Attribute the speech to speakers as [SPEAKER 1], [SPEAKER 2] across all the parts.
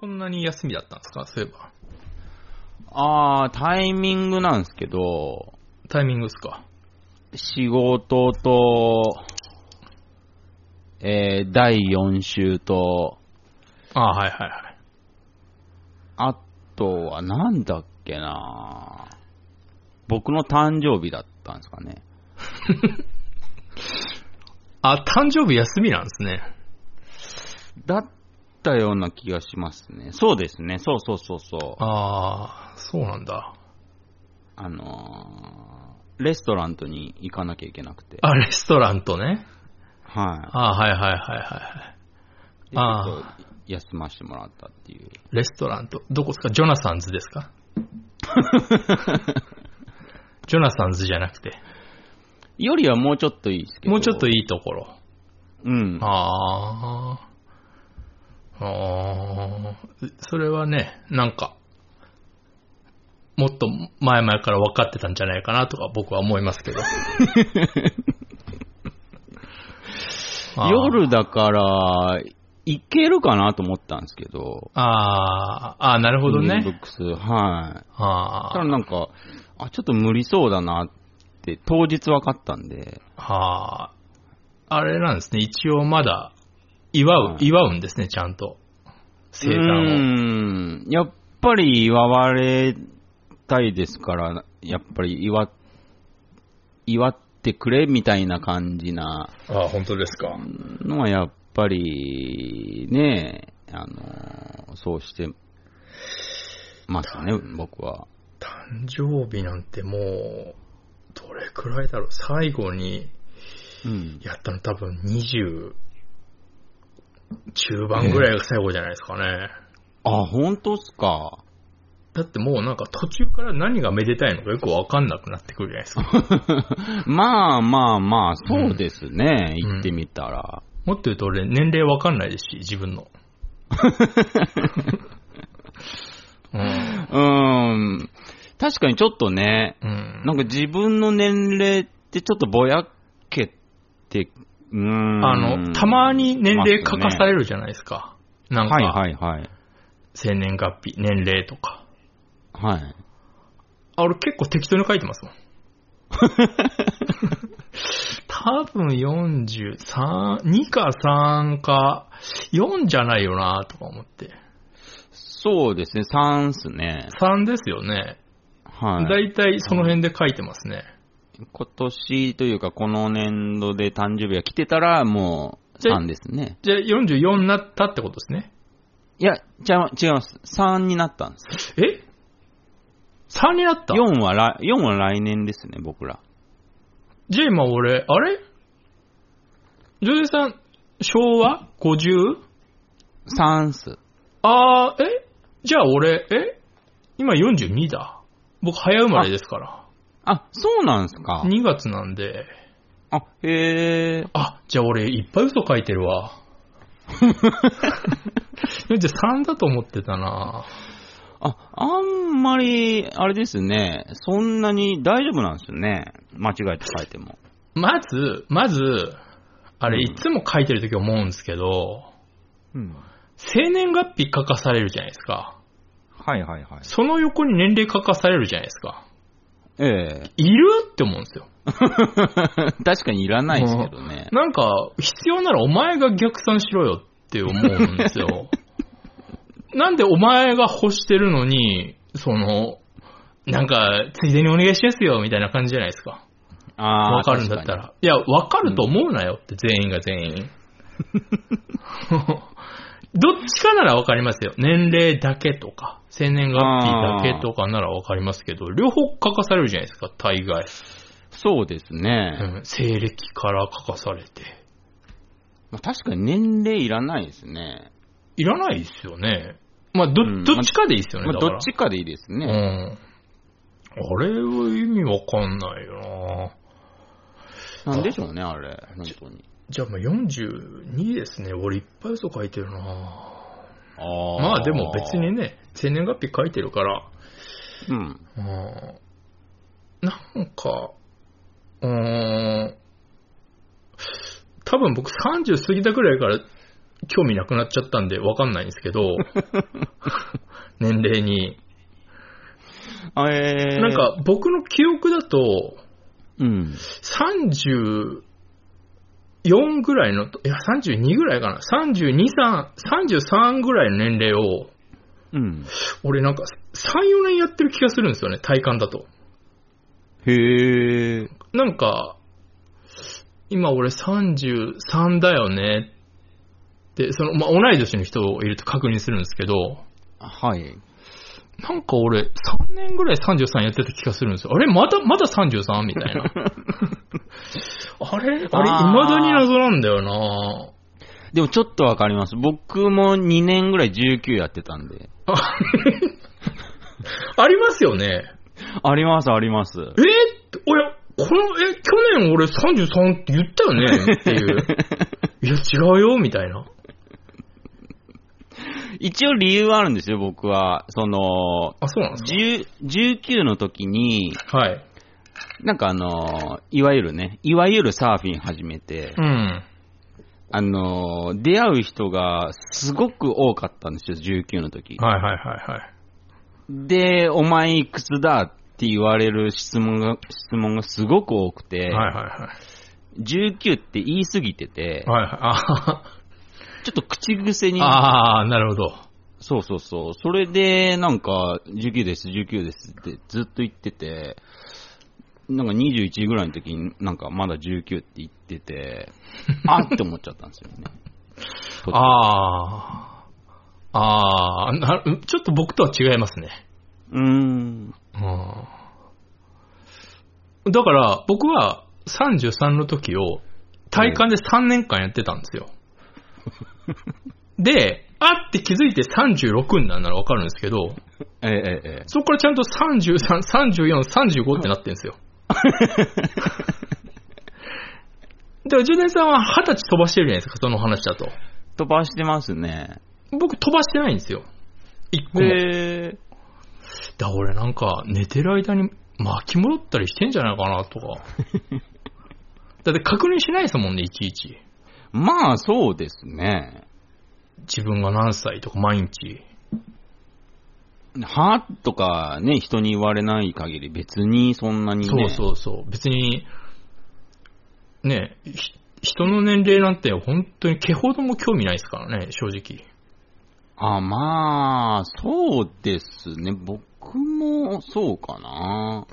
[SPEAKER 1] そんなに休みだったんですかそういえば。
[SPEAKER 2] ああ、タイミングなんですけど、
[SPEAKER 1] タイミングですか。
[SPEAKER 2] 仕事と、えー、第4週と、
[SPEAKER 1] ああ、はいはいはい。
[SPEAKER 2] あとはなんだっけな僕の誕生日だったんですかね。
[SPEAKER 1] あ、誕生日休みなんですね。
[SPEAKER 2] だったような気がしますね。そうですね。そうそうそうそう。
[SPEAKER 1] ああ、そうなんだ。
[SPEAKER 2] あのー、レストラントに行かなきゃいけなくて。
[SPEAKER 1] あ、レストランとね。
[SPEAKER 2] は
[SPEAKER 1] ああ、はいはいはいはいはい。
[SPEAKER 2] い。でち
[SPEAKER 1] あ
[SPEAKER 2] ょっと休ませてもらったっていう。
[SPEAKER 1] レストランと、どこですかジョナサンズです かジョナサンズじゃなくて、
[SPEAKER 2] よりはもうちょっといいですけど。
[SPEAKER 1] もうちょっと
[SPEAKER 2] い。
[SPEAKER 1] いいところ。
[SPEAKER 2] うん。
[SPEAKER 1] ああ。ああ。それはね、なんか、もっと前々から分かってたんじゃないかなとか僕は思います けど。あー
[SPEAKER 2] 夜だから、行けるかなと思ったんですけど。
[SPEAKER 1] あーあー、なるほど
[SPEAKER 2] ブッ
[SPEAKER 1] ね。
[SPEAKER 2] クス、はい。た
[SPEAKER 1] あ
[SPEAKER 2] だ
[SPEAKER 1] ー
[SPEAKER 2] なんか、あ、ちょっと無理そうだなって、当日分かったんで、
[SPEAKER 1] あー。あれなんですね。一応まだ祝う、
[SPEAKER 2] はい
[SPEAKER 1] 祝うんですね、ちゃんと。生
[SPEAKER 2] う
[SPEAKER 1] 誕を。
[SPEAKER 2] ーんやっぱり祝われたいですから、やっぱり祝っ祝ってくれみたいな感じな
[SPEAKER 1] ああ、本当ですか。
[SPEAKER 2] のは、やっぱりね、あの、そうしてますね、僕は。
[SPEAKER 1] 誕生日なんてもう、どれくらいだろう。最後に
[SPEAKER 2] うん、
[SPEAKER 1] やったの多分20、中盤ぐらいが最後じゃないですかね。
[SPEAKER 2] あ、本当っすか。
[SPEAKER 1] だってもうなんか途中から何がめでたいのかよくわかんなくなってくるじゃないですか。
[SPEAKER 2] まあまあまあ、そうですね、
[SPEAKER 1] うん
[SPEAKER 2] 行ってみたら。
[SPEAKER 1] もっと言うと俺年齢わかんないですし、自 分の。うん。
[SPEAKER 2] うーん、確かにちょっとね、
[SPEAKER 1] うん。
[SPEAKER 2] なんか自分の年齢ってちょっとぼやけて、うーん。
[SPEAKER 1] あの、たまに年齢書かされ
[SPEAKER 2] る。
[SPEAKER 1] るじゃないですか。なん
[SPEAKER 2] はい
[SPEAKER 1] か、
[SPEAKER 2] はいはい。
[SPEAKER 1] 生年月日、年齢とか。
[SPEAKER 2] はい。
[SPEAKER 1] あ、俺結構適当に書いて ますもん。多分43、2か3か、4じゃないよなとか思って。
[SPEAKER 2] そうですね、3っすね。
[SPEAKER 1] 3ですよね。
[SPEAKER 2] は
[SPEAKER 1] だ
[SPEAKER 2] い。
[SPEAKER 1] いたいその辺で書いてますね。
[SPEAKER 2] 今年というか、この年度で誕生日が来てたら、もう
[SPEAKER 1] じゃ
[SPEAKER 2] 3ですね。
[SPEAKER 1] じゃあ44になったってことですね。
[SPEAKER 2] いや、ちゃう違います。3になったんです。
[SPEAKER 1] え ?3 になった
[SPEAKER 2] 4は来、4は来年ですね、僕ら。
[SPEAKER 1] じゃあ今俺、あれジョージさん、昭和 50?
[SPEAKER 2] 3っす。
[SPEAKER 1] あー、えじゃあ俺、え今42だ。僕早生まれですから。
[SPEAKER 2] あ、そうなんすか。
[SPEAKER 1] 2月なんで。
[SPEAKER 2] あ、へえ。
[SPEAKER 1] あ、じゃあ俺いっぱい嘘書いてる わ。じゃあ3だと思ってたな
[SPEAKER 2] あ、あんまり、あれですね、そんなに大丈夫なんですよね。間違えて書いても。
[SPEAKER 1] まず、まず、あれ、
[SPEAKER 2] うん
[SPEAKER 1] いつも書いてるとき思うんですけど、
[SPEAKER 2] うん。
[SPEAKER 1] 生年月日書かされるじゃないですか。
[SPEAKER 2] はいはいはい。
[SPEAKER 1] その横に年齢書かされるじゃないですか。
[SPEAKER 2] ええ
[SPEAKER 1] いるって思うんですよ。
[SPEAKER 2] 確かにいらないですけどね。
[SPEAKER 1] なんか、必要ならお前が逆算しろよって思うんです よ。なんでお前が欲してるのに、その、なんか、ついでにお願いしますよ、みたいな感じじゃないですか。
[SPEAKER 2] あー
[SPEAKER 1] わかるんだった。ら。いや、わかると思うなよって、全員が全 員。どっちかならわかりますよ。年齢だけとか、生年月日だけとかならわかりますけど、両方書かされるじゃないですか、大概。
[SPEAKER 2] 確かにそうですね。
[SPEAKER 1] うん、西暦から書かされて。
[SPEAKER 2] まあ、確かに年齢いらないですね。
[SPEAKER 1] いらないですよね。まあ、ど、
[SPEAKER 2] うん
[SPEAKER 1] どっちかでいいですよね、
[SPEAKER 2] ま
[SPEAKER 1] だ
[SPEAKER 2] あ、ど
[SPEAKER 1] か
[SPEAKER 2] っ
[SPEAKER 1] ら。
[SPEAKER 2] ちかでいいです
[SPEAKER 1] う
[SPEAKER 2] ね。
[SPEAKER 1] ん。あれは意味わかんないよな
[SPEAKER 2] なんでしょうね、あれ。本当に。
[SPEAKER 1] じゃあ、まあ42ですね。俺いっぱい嘘書いてるな
[SPEAKER 2] あ
[SPEAKER 1] まあでも別に。ね、生年月日書いてるから、
[SPEAKER 2] うん。
[SPEAKER 1] うん、なんか、うーん、多分僕30過ぎたぐらいから興味なくなっちゃったんでわかんないんですけ ど、年齢に。
[SPEAKER 2] あえー、
[SPEAKER 1] なん、か僕の記憶だと、
[SPEAKER 2] うん。
[SPEAKER 1] 34ぐらいの、いや32ぐらいかな、32、3 33ぐらいの年齢を、
[SPEAKER 2] うん。
[SPEAKER 1] 俺なんか3、4年やってる気がするんですよね、体感だと。
[SPEAKER 2] へえ。
[SPEAKER 1] なんか、今俺33だよねって、その、まあ、同い年の人いると確認するんですけど、
[SPEAKER 2] はい。
[SPEAKER 1] なんか俺、3年ぐらい33やってた気がするんですよ。あれまだ、まだ 33? みたい な。あれあれ、
[SPEAKER 2] あー
[SPEAKER 1] 未だに謎なんだよな
[SPEAKER 2] でもちょっとわかります。僕も2年ぐらい19やってたんで。
[SPEAKER 1] あありますよね。
[SPEAKER 2] あります、あります。
[SPEAKER 1] えー、おや、この、え、去年俺33って言ったよねって いう。いや、違うよ、みたいな。
[SPEAKER 2] 一応理由はあるんですよ、僕は。その、
[SPEAKER 1] あ、そうなんです
[SPEAKER 2] 10 19の時に、
[SPEAKER 1] か。はい。
[SPEAKER 2] なんかあの、いわゆるね、いわゆるサーフィン始めて
[SPEAKER 1] う、ん。
[SPEAKER 2] あの、出会う人がすごく多かったんですよ、19の時。
[SPEAKER 1] はいはいはいはい。
[SPEAKER 2] で、お前いくつだって言われる質問が、質問がすごく多くて、
[SPEAKER 1] はいはいはい。
[SPEAKER 2] 19って言い過ぎてて、
[SPEAKER 1] はいはい、あ
[SPEAKER 2] ちょっと口癖に、
[SPEAKER 1] あー、なるほど。
[SPEAKER 2] そうそうそう、それでなんか、19です、19ですってずっと言ってて、なんか21ぐらいの時に、なんかまだ19って言って て、あって思っちゃったんですよね。
[SPEAKER 1] ああ。ああ、なちょっと僕とは違いますね。
[SPEAKER 2] うーん。
[SPEAKER 1] うん。だから、僕は33の時を体感で3年間やってたんですよ。で、あって気づいて36になるならわかるんですけど、
[SPEAKER 2] えええええ
[SPEAKER 1] そこからちゃんと33、34、35ってなってるんですよ。だから、ジュネさんは20歳飛ばしてるじゃないですか、その話だと。
[SPEAKER 2] え。飛ばしてますね。
[SPEAKER 1] 僕飛ばしてないんですよ。一個も。
[SPEAKER 2] で、
[SPEAKER 1] だから俺なんか寝てる間に巻き戻ったりしてんじゃないかな とか。だって確認しないですもんね、いちいち。
[SPEAKER 2] まあそうですね。
[SPEAKER 1] 自分が何歳とか毎日。
[SPEAKER 2] はとかね、人に言われない限り別にそんなに
[SPEAKER 1] そ
[SPEAKER 2] ね。
[SPEAKER 1] うそうそう。別に、ね、ひ人の年齢なんて本当に毛ほども興味ないですからね、正直。
[SPEAKER 2] あ、まあ、そうですね。僕もそうかな。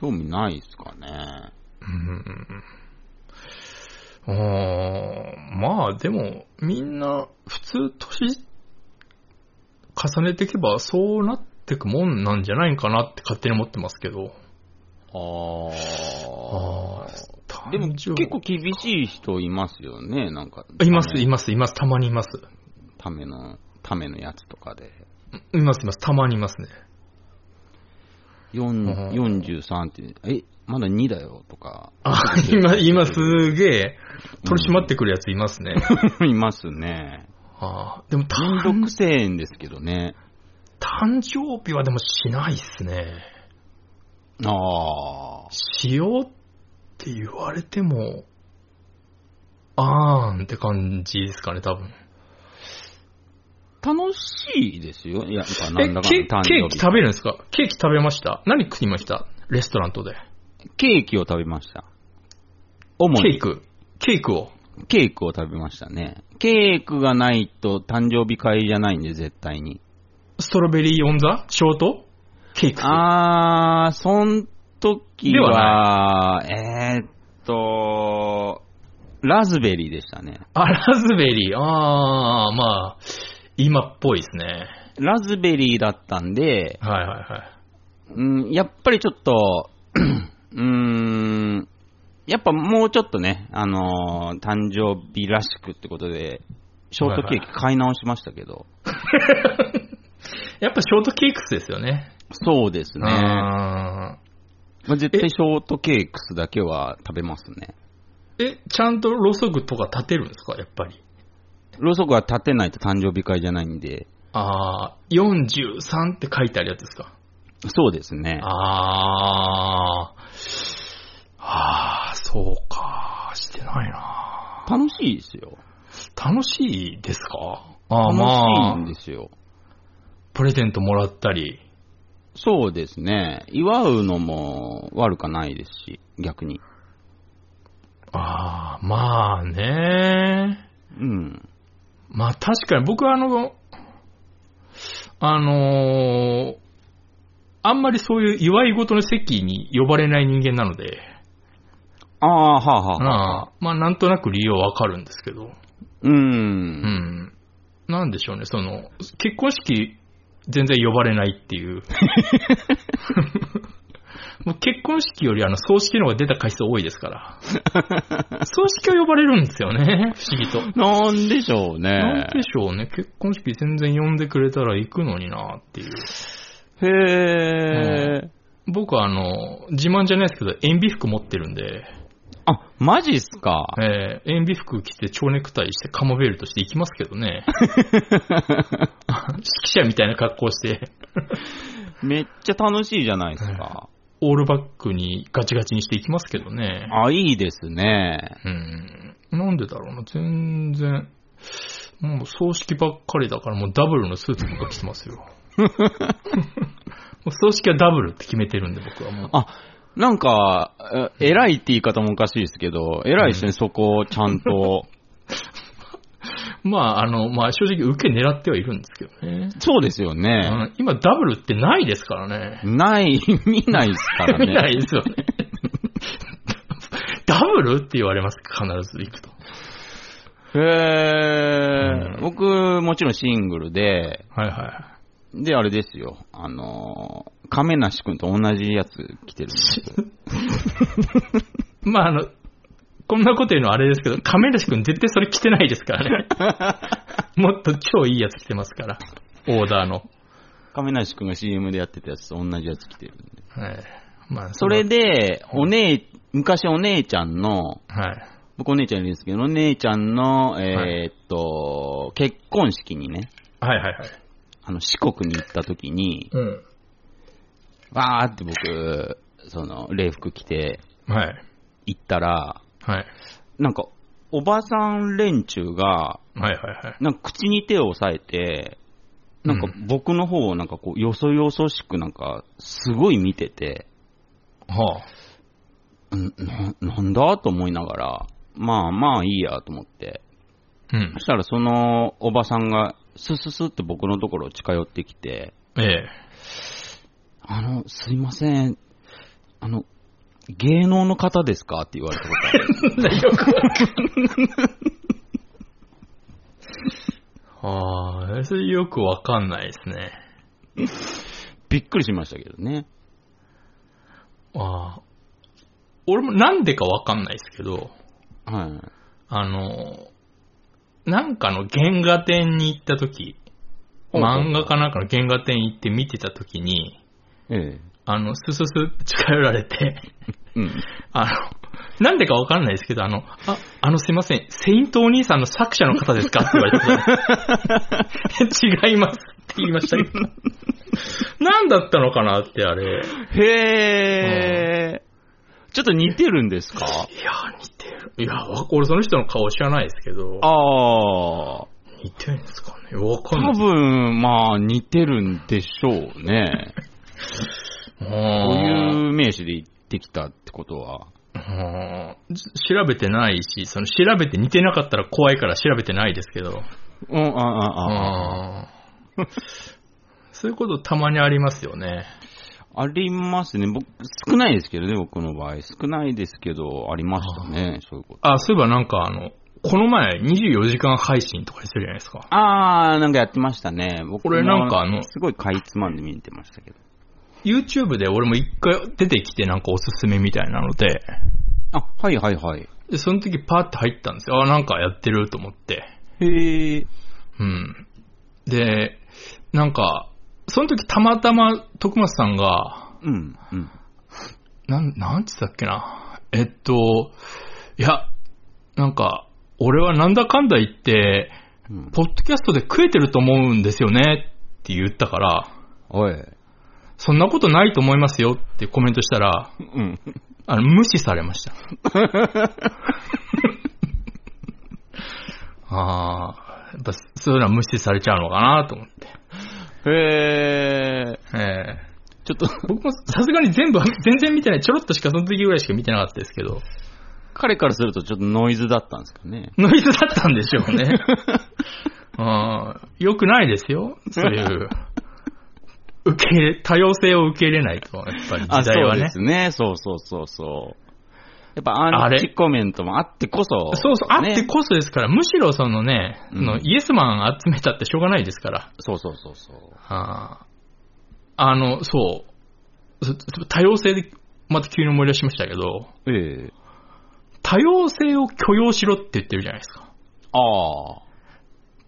[SPEAKER 2] 興味ないですかね。
[SPEAKER 1] うん。うーんまあでも、みんな普通年重ねていけばそうなってくもんなんじゃないかなって勝手に思ってますけど。
[SPEAKER 2] ああ。
[SPEAKER 1] あ
[SPEAKER 2] でも
[SPEAKER 1] 結
[SPEAKER 2] 結
[SPEAKER 1] 構
[SPEAKER 2] 構、厳しい人いますよね、なんか。
[SPEAKER 1] います、
[SPEAKER 2] ため
[SPEAKER 1] います、います、たまにいます。
[SPEAKER 2] ための、ためのやつとかで。
[SPEAKER 1] います、います、たまにいますね。
[SPEAKER 2] 4 43って、え、まだ2だよと か。
[SPEAKER 1] あ、今、今すげえ、取り締まってくるやついますね。
[SPEAKER 2] いますね。
[SPEAKER 1] あーでも、た
[SPEAKER 2] めんどくせえんですけどね。
[SPEAKER 1] 誕生日はでもしないっすね。
[SPEAKER 2] ああ。
[SPEAKER 1] しようって言われても、あーんって感じですかね、多分。
[SPEAKER 2] 楽しいですよ。やっぱな
[SPEAKER 1] え
[SPEAKER 2] んだ、か
[SPEAKER 1] ケ
[SPEAKER 2] ん
[SPEAKER 1] ー
[SPEAKER 2] だ誕
[SPEAKER 1] キ、ケ
[SPEAKER 2] 生
[SPEAKER 1] ーキ
[SPEAKER 2] 日。
[SPEAKER 1] 食べるんですかケーキ食べました何食いましたレストランとで。
[SPEAKER 2] ケーキを食べました。主
[SPEAKER 1] ケー
[SPEAKER 2] に
[SPEAKER 1] ク。ケークを。
[SPEAKER 2] ケーキを食べましたね。ケーキがないと誕生日会じゃないんで、絶 対に。
[SPEAKER 1] ストロベリーオンザショートケークス。
[SPEAKER 2] あー、そん時
[SPEAKER 1] で
[SPEAKER 2] は、えーっと、ラズベリーでしたね。
[SPEAKER 1] あ、ラズベリー。ああ、まあ、今っぽいですね。
[SPEAKER 2] ラズベリーだったんで、
[SPEAKER 1] はいはいはい。
[SPEAKER 2] うん、やっぱりちょっと、 うーん、やっぱもうちょっとね、あのー誕生日らしくってことで、ショートケーキ買い直しましたけど、
[SPEAKER 1] やっぱショートケークスですよね。
[SPEAKER 2] そうですね。
[SPEAKER 1] あ
[SPEAKER 2] まあ、絶対ショートケーキスだけは食べますね。
[SPEAKER 1] ーえ、ちゃんとろうそくとか立てるんですかやっぱり。
[SPEAKER 2] ろうそくは立てないと誕生日会じゃないんで、
[SPEAKER 1] ああ、43って書いてあるやつですか
[SPEAKER 2] そうですね。
[SPEAKER 1] ああ、ああ、そうか、してないな。
[SPEAKER 2] 楽しいですよ。
[SPEAKER 1] 楽しいですかああ、ま
[SPEAKER 2] 楽しいん
[SPEAKER 1] あ、
[SPEAKER 2] ですよ。
[SPEAKER 1] プレゼントもらったり。
[SPEAKER 2] そうですね。祝うのも悪かないですし、逆に。
[SPEAKER 1] ああ、まあね。
[SPEAKER 2] うん。
[SPEAKER 1] まあ確かに僕はあの、あのーあんまりそういう祝い事の席に呼ばれない人間なので、
[SPEAKER 2] ああ、はあ、はあ。
[SPEAKER 1] ああまあなんとなく理由はわかるんですけど、
[SPEAKER 2] う。
[SPEAKER 1] うんん。なんでしょうね、その、結婚式全然呼ばれないっていう。もう結婚式よりあの葬式の方が出た回数多いですから。葬式は呼ばれるんですよね、不思議と。
[SPEAKER 2] なんでしょう
[SPEAKER 1] な
[SPEAKER 2] ね
[SPEAKER 1] ん。でしょうね。結婚式全然呼んでくれたら行くのになっていう。
[SPEAKER 2] へえ。
[SPEAKER 1] 僕はあの、自慢じゃないですけど、塩ビ服持ってるんで、
[SPEAKER 2] あ、マジっすか。
[SPEAKER 1] えー、塩ビ服着て蝶ネクタイしてカモベールとして行きますけどね。指揮者みたいな格好して、
[SPEAKER 2] めっちゃ楽しいじゃないですか。
[SPEAKER 1] オールバックにガチガチにして行きますけどね。
[SPEAKER 2] あ、いいですね。
[SPEAKER 1] うん。なんでだろうな、全然。もう葬式ばっかりだからもうダブルのスーツとか着てますよ。も う葬式はダブルって決めてるんで僕はもう。
[SPEAKER 2] あ、なんか、え偉いって言い方もおかしいですけど、偉いですね、そこをちゃんと。
[SPEAKER 1] まあ、あの、まあ、正直、受け狙ってはいるんですけどね。
[SPEAKER 2] そうですよ
[SPEAKER 1] う
[SPEAKER 2] ね。
[SPEAKER 1] ん今、ダブルってないですからね。
[SPEAKER 2] ない、 見ないですからね。
[SPEAKER 1] 見ないですよ ね。ダブルって言われます、必ず行くと。
[SPEAKER 2] へえ、
[SPEAKER 1] うん
[SPEAKER 2] 僕、もちろんシングルで、
[SPEAKER 1] はいは
[SPEAKER 2] で、あれですよ。あのー、亀梨くんと同じやつ着てるんですよ。
[SPEAKER 1] い。まあ、あの、こんなこと言うのはあれですけど、亀梨くん絶対それ着てないですから ね。もっと超いいやつ着てますから。オーダーの。
[SPEAKER 2] 亀梨くんが CM でやってたやつと同じやつ着てるんで。
[SPEAKER 1] はい。まあ、
[SPEAKER 2] それ、で、お姉、昔お姉ちゃんの、
[SPEAKER 1] はい。
[SPEAKER 2] 僕お姉ちゃんいるんですけど、お姉ちゃんの、
[SPEAKER 1] は
[SPEAKER 2] えーっと、結婚式にね、
[SPEAKER 1] はいはいはい。
[SPEAKER 2] あの、四国に行った時に、
[SPEAKER 1] うん。
[SPEAKER 2] わーって僕、その、礼服着て
[SPEAKER 1] はい。
[SPEAKER 2] 行ったら、
[SPEAKER 1] はい。
[SPEAKER 2] なんか、おばさん連中が、
[SPEAKER 1] はいはいはい。
[SPEAKER 2] なんか口に手を押さえて、なんか
[SPEAKER 1] う
[SPEAKER 2] 僕の方をなんかこう、よそよそしくなんか、すごい見てて、
[SPEAKER 1] はあ。
[SPEAKER 2] んななんだと思いながら、まあまあいいやと思って。
[SPEAKER 1] うん
[SPEAKER 2] そ。したらそのおばさんが、スススって僕のところを近寄ってきて、
[SPEAKER 1] ええ。
[SPEAKER 2] あの、すいません、あの、芸能の方ですかって言われたことある。
[SPEAKER 1] よくああ、それよくわかんないですね。
[SPEAKER 2] びっくりしましたけどね。
[SPEAKER 1] ああ。俺もなんでかわかんないですけど、
[SPEAKER 2] は
[SPEAKER 1] あの、なんかの原画展に行った時、
[SPEAKER 2] ほうほう
[SPEAKER 1] 漫画かなんかの原画展行って見てた時に、
[SPEAKER 2] い。ええ。
[SPEAKER 1] あの、スススって近寄られて、
[SPEAKER 2] うん。
[SPEAKER 1] あの、なんでかわかんないですけど、あの、あ、あのすいません、セイントお兄さんの作者の方ですかって言われ て、違いますって言いましたけど。なんだったのかなってあれ。
[SPEAKER 2] へえ。ちょっと似てるんですか
[SPEAKER 1] いや、似てる。いや、わ俺その人の顔知らないですけど、
[SPEAKER 2] ああ。
[SPEAKER 1] 似てるんですかね。わかんな
[SPEAKER 2] 多
[SPEAKER 1] い。
[SPEAKER 2] 分、まあ、似てるんでしょうね。こう
[SPEAKER 1] う
[SPEAKER 2] いう名詞で言ってきたってことは。
[SPEAKER 1] ーん調べてないし、その調べて似てなかったら怖いから調べてないですけど。
[SPEAKER 2] うん、ああ、ああ。
[SPEAKER 1] あーそういうことたまにありますよね。
[SPEAKER 2] ありますね。僕、少ないですけどね、僕の場合。少ないですけど、ありましたね、そういうこと。
[SPEAKER 1] あ、そういえばなんかあの、この前24時間配信とかしてるじゃないですか。
[SPEAKER 2] ああ、なんかやってましたね。僕
[SPEAKER 1] これなんかあの
[SPEAKER 2] すごいかいつまんで見てましたけど。
[SPEAKER 1] YouTube で俺も一回出てきてなんかおすすめみたいなので、
[SPEAKER 2] あ、はいはいはい。
[SPEAKER 1] で、その時パーって入ったんですよ。あ、なんかやってると思って。
[SPEAKER 2] へえ。
[SPEAKER 1] うん。で、なんか、その時たまたま徳松さんが、
[SPEAKER 2] うん、うん。
[SPEAKER 1] なん、なんつったっけな。えっと、いや、なんか、俺はなんだかんだ言って、
[SPEAKER 2] うん、
[SPEAKER 1] ポッドキャストで食えてると思うんですよねって言ったから、
[SPEAKER 2] おい。
[SPEAKER 1] そんなことないと思いますよってコメントしたら、
[SPEAKER 2] うん。
[SPEAKER 1] あの、 無視されました。ああ、やっぱそういうのは無視されちゃうのかなと思って。
[SPEAKER 2] へえ。
[SPEAKER 1] ええ
[SPEAKER 2] ちょっと、
[SPEAKER 1] 僕もさすがに全部、全然見てない。ちょろっとしかその時ぐらいしか見てなかったですけど、
[SPEAKER 2] 彼からするとちょっとノイズだったんですかね。
[SPEAKER 1] ノイズだったんでしょう ね。あよくないですよ。そういう。受け入れ、多様性を受け入れないと、やっぱり時
[SPEAKER 2] あ、そ
[SPEAKER 1] 代は
[SPEAKER 2] う
[SPEAKER 1] ね
[SPEAKER 2] で。すね。そうそうそうそう。やっぱ
[SPEAKER 1] あ
[SPEAKER 2] アン
[SPEAKER 1] れ
[SPEAKER 2] チコメントもあってこそ、
[SPEAKER 1] そうそう、あってこそですから、むしろそのね、
[SPEAKER 2] うん
[SPEAKER 1] そのイエスマン集めたってしょうがないですから。
[SPEAKER 2] そうそうそうそう。
[SPEAKER 1] あーあの、そう。そ多様性で、また急に思い出しましたけど、
[SPEAKER 2] ええ
[SPEAKER 1] 多様性を許容しろって言ってるじゃないですか。
[SPEAKER 2] ああ。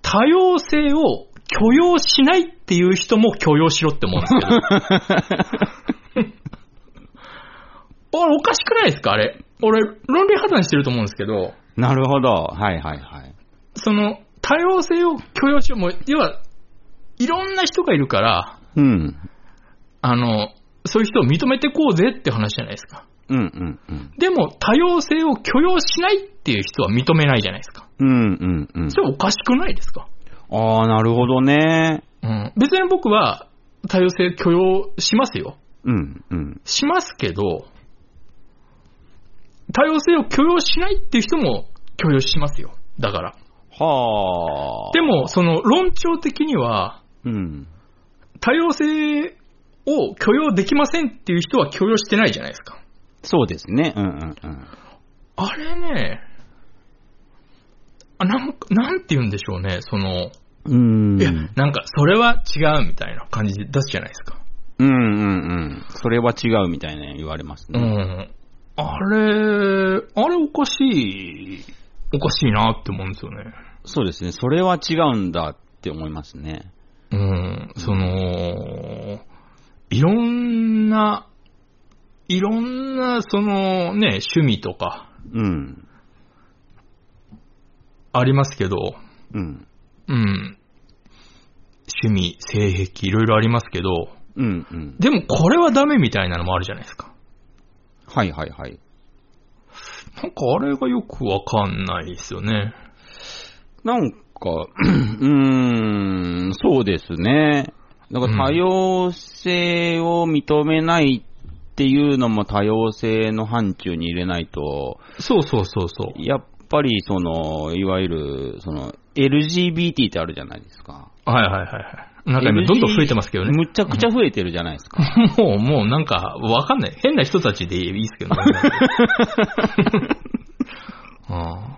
[SPEAKER 1] 多様性を許容しないっていう人も許容しろって思うんですけど。あれおかしくないですかあれ。俺、論理破綻してると思うんですけど、
[SPEAKER 2] なるほど。はいはいはい。
[SPEAKER 1] その、多様性を許容しよう。もう、要は、いろんな人がいるから、
[SPEAKER 2] うん。
[SPEAKER 1] あの、そういう人を認めてこうぜって話じゃないですか。
[SPEAKER 2] うんうんうん。
[SPEAKER 1] でも、多様性を許容しないっていう人は認めないじゃないですか。
[SPEAKER 2] うんうんうん。
[SPEAKER 1] それおかしくないですか
[SPEAKER 2] ああ、なるほどね。
[SPEAKER 1] うん。別に僕は、多様性許容しますよ。
[SPEAKER 2] うんうん。
[SPEAKER 1] しますけど、多様性を許容しないっていう人も許容しますよ。だから。
[SPEAKER 2] はあ。
[SPEAKER 1] でも、その論調的には、
[SPEAKER 2] うん。
[SPEAKER 1] 多様性を許容できませんっていう人は許容してないじゃないですか。
[SPEAKER 2] そうですね。うんうんうん。
[SPEAKER 1] あれね、あなんかなんて言うんでしょうね、その、
[SPEAKER 2] うん。
[SPEAKER 1] いや、なんかそれは違うみたいな感じで出すじゃないですか。
[SPEAKER 2] うんうんうん。それは違うみたいな言われます
[SPEAKER 1] う
[SPEAKER 2] ね。
[SPEAKER 1] ん。あれ、あれおかしい、おかしいなって思うんですよね。
[SPEAKER 2] そうですね。それは違うんだって思いますね。
[SPEAKER 1] うん、その、いろんな、いろんな、そのね、趣味とか
[SPEAKER 2] うん。
[SPEAKER 1] ありますけど、
[SPEAKER 2] うん。
[SPEAKER 1] うん。趣味、性癖、いろいろありますけど、
[SPEAKER 2] うんうん。
[SPEAKER 1] でもこれはダメみたいなのもあるじゃないですか。
[SPEAKER 2] はいはいはい。
[SPEAKER 1] なんかあれがよくわかんないですよね。
[SPEAKER 2] なんか、 うーん、そうですね。なんか多様性を認めないっていうのも多様性の範疇に入れないと、
[SPEAKER 1] そうそうそうそう。
[SPEAKER 2] やっぱりその、いわゆる、その、LGBT ってあるじゃないですか。
[SPEAKER 1] はいはいはいはい。なんか今どんどん増えてますけどね。
[SPEAKER 2] むちゃくちゃ増えてるじゃないですか。
[SPEAKER 1] もう、もうなんかわかんない。変な人たちでいいですけどね。あ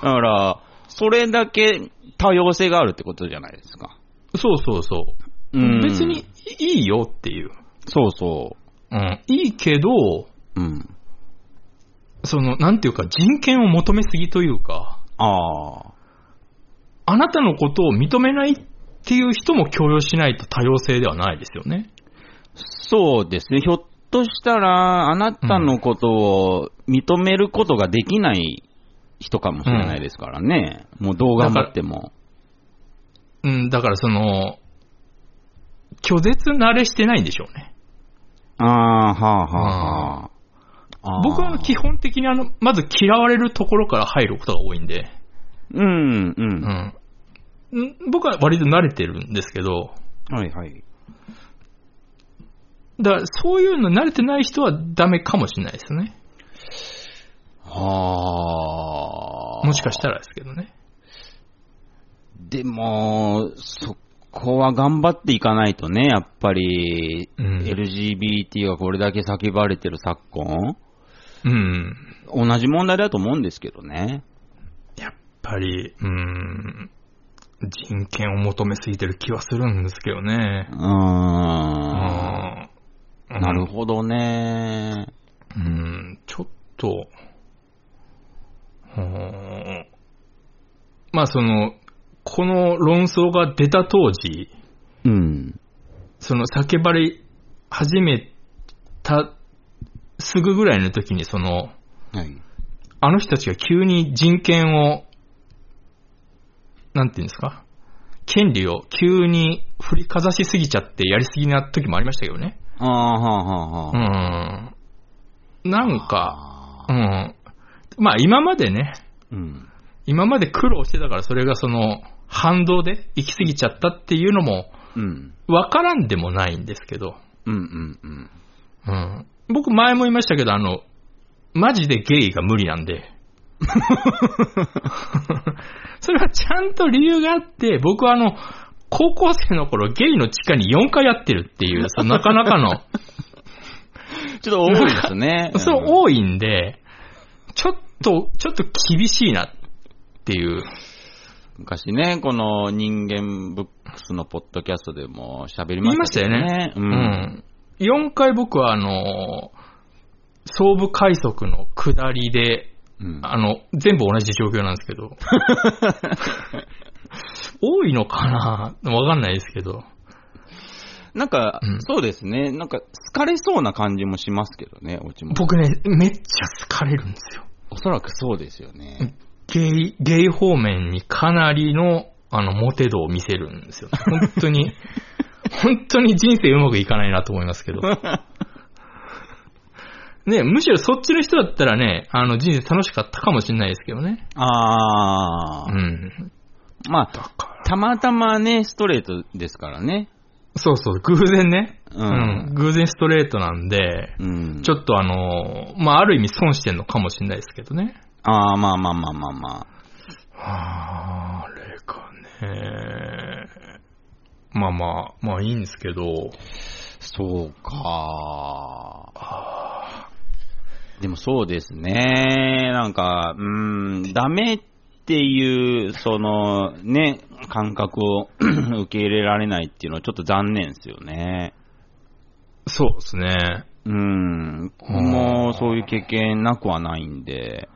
[SPEAKER 1] あ
[SPEAKER 2] だから、それだけ多様性があるってことじゃないですか。
[SPEAKER 1] そうそうそうう。
[SPEAKER 2] ん
[SPEAKER 1] 別に。いいよっていう。
[SPEAKER 2] そうそ
[SPEAKER 1] うん。いいけど、
[SPEAKER 2] う。うん。
[SPEAKER 1] その、なんていうか人権を求めすぎというか、
[SPEAKER 2] ああ。
[SPEAKER 1] あなたのことを認めないっていう人も強要しないと多様性ではないですよね。
[SPEAKER 2] そうですね。ひょっとしたら、あなたのことを認めることができない人かもしれないですからね。もうどう頑張っても。
[SPEAKER 1] うん、だからその、拒絶慣れしてないんでしょうね。
[SPEAKER 2] ああ、はあ、はあ、はあ。
[SPEAKER 1] 僕はあの基本的にあの、まず嫌われるところから入ることが多いんで、
[SPEAKER 2] うん、う。
[SPEAKER 1] うんん。ん僕は割と慣れてるんですけど、
[SPEAKER 2] はい、はい。
[SPEAKER 1] だからそういうの慣れてない人はダメかもしれないですね。
[SPEAKER 2] はあ。
[SPEAKER 1] もしかしたらですけどね。
[SPEAKER 2] でも、そこは頑張っていかないとね、やっぱり、
[SPEAKER 1] うん
[SPEAKER 2] LGBT がこれだけ叫ばれてる昨今、
[SPEAKER 1] うん。
[SPEAKER 2] 同じ問題だと思うんですけどね。
[SPEAKER 1] やっぱり、うん、人権を求めすぎてる気はするんですけどね
[SPEAKER 2] うー。ん。
[SPEAKER 1] うん。
[SPEAKER 2] な
[SPEAKER 1] な
[SPEAKER 2] るほどね。
[SPEAKER 1] うん、ちょっと、うんまあその、この論争が出た当時、
[SPEAKER 2] うん。
[SPEAKER 1] その叫ばれ始めたすぐぐらいの時に、その、
[SPEAKER 2] はい。
[SPEAKER 1] あの人たちが急に人権を、なんていうんですか、権利を急に振りかざしすぎちゃってやりすぎな時もありましたけどね。
[SPEAKER 2] ああ、はあ、は
[SPEAKER 1] う
[SPEAKER 2] あ、は
[SPEAKER 1] ん。なんか、
[SPEAKER 2] あ。
[SPEAKER 1] うん。まあ今までね、
[SPEAKER 2] うん。
[SPEAKER 1] 今まで苦労してたから、それがその、反動で行き過ぎちゃったっていうのも、
[SPEAKER 2] うん。
[SPEAKER 1] わからんでもないんですけど、
[SPEAKER 2] うんうんうん。
[SPEAKER 1] うん。僕前も言いましたけど、あの、マジでゲイが無理なん で。それはちゃんと理由があって、僕はあの、高校生の頃ゲイの地下に4回やってるっていう、そのなかなか の、。
[SPEAKER 2] ちょっと多いですね
[SPEAKER 1] そう、
[SPEAKER 2] い。
[SPEAKER 1] 多いんで、ちょっと、ちょっと厳しいなっていう。
[SPEAKER 2] 昔ね、この人間ブックスのポッドキャストでも喋り
[SPEAKER 1] 言い
[SPEAKER 2] ま
[SPEAKER 1] まし
[SPEAKER 2] した
[SPEAKER 1] たよ
[SPEAKER 2] よ
[SPEAKER 1] ね
[SPEAKER 2] ね。。
[SPEAKER 1] うん。4回僕はあの、総武快速の下りで、
[SPEAKER 2] うん。うん。
[SPEAKER 1] あの、全部同じ状況なんですけ ど。多いのかなわかんないですけど。
[SPEAKER 2] なんか、
[SPEAKER 1] うん
[SPEAKER 2] そうですね。なんか、好かれそうな感じもしますけどね、オチも。
[SPEAKER 1] 僕ね、めっちゃ好かれるんですよ。
[SPEAKER 2] おそらくそうですよね。
[SPEAKER 1] ゲイ、ゲイ方面にかなりの、あの、モテ度を見せるんですよ。本当 に、本当に人生うまくいかないなと思いますけど。ね、むしろそっちの人だったらね、あの、人生楽しかったかもしれないですけどね。
[SPEAKER 2] あ
[SPEAKER 1] う
[SPEAKER 2] ー。
[SPEAKER 1] ん。
[SPEAKER 2] ま
[SPEAKER 1] だ
[SPEAKER 2] あ、
[SPEAKER 1] から。
[SPEAKER 2] たまたまね、ストレートですからね。
[SPEAKER 1] そうそう、偶然ね。
[SPEAKER 2] う
[SPEAKER 1] うん。。偶然ストレートなんで、
[SPEAKER 2] うん。
[SPEAKER 1] ち
[SPEAKER 2] っと。
[SPEAKER 1] ょっとあのーまあ、ある意味損してんのかもしれないですけどね。
[SPEAKER 2] あー、まあまあまあまあま
[SPEAKER 1] あれかね。まあまあ、まあいいんですけど。
[SPEAKER 2] あ。そうかでもそうですね。なんか、うん、ダメっていう、その、ね、感覚を 受け入れられないっていうのはちょっと残念ですよね。
[SPEAKER 1] そうですね。
[SPEAKER 2] うん。もう、そういう経験なくはないんで。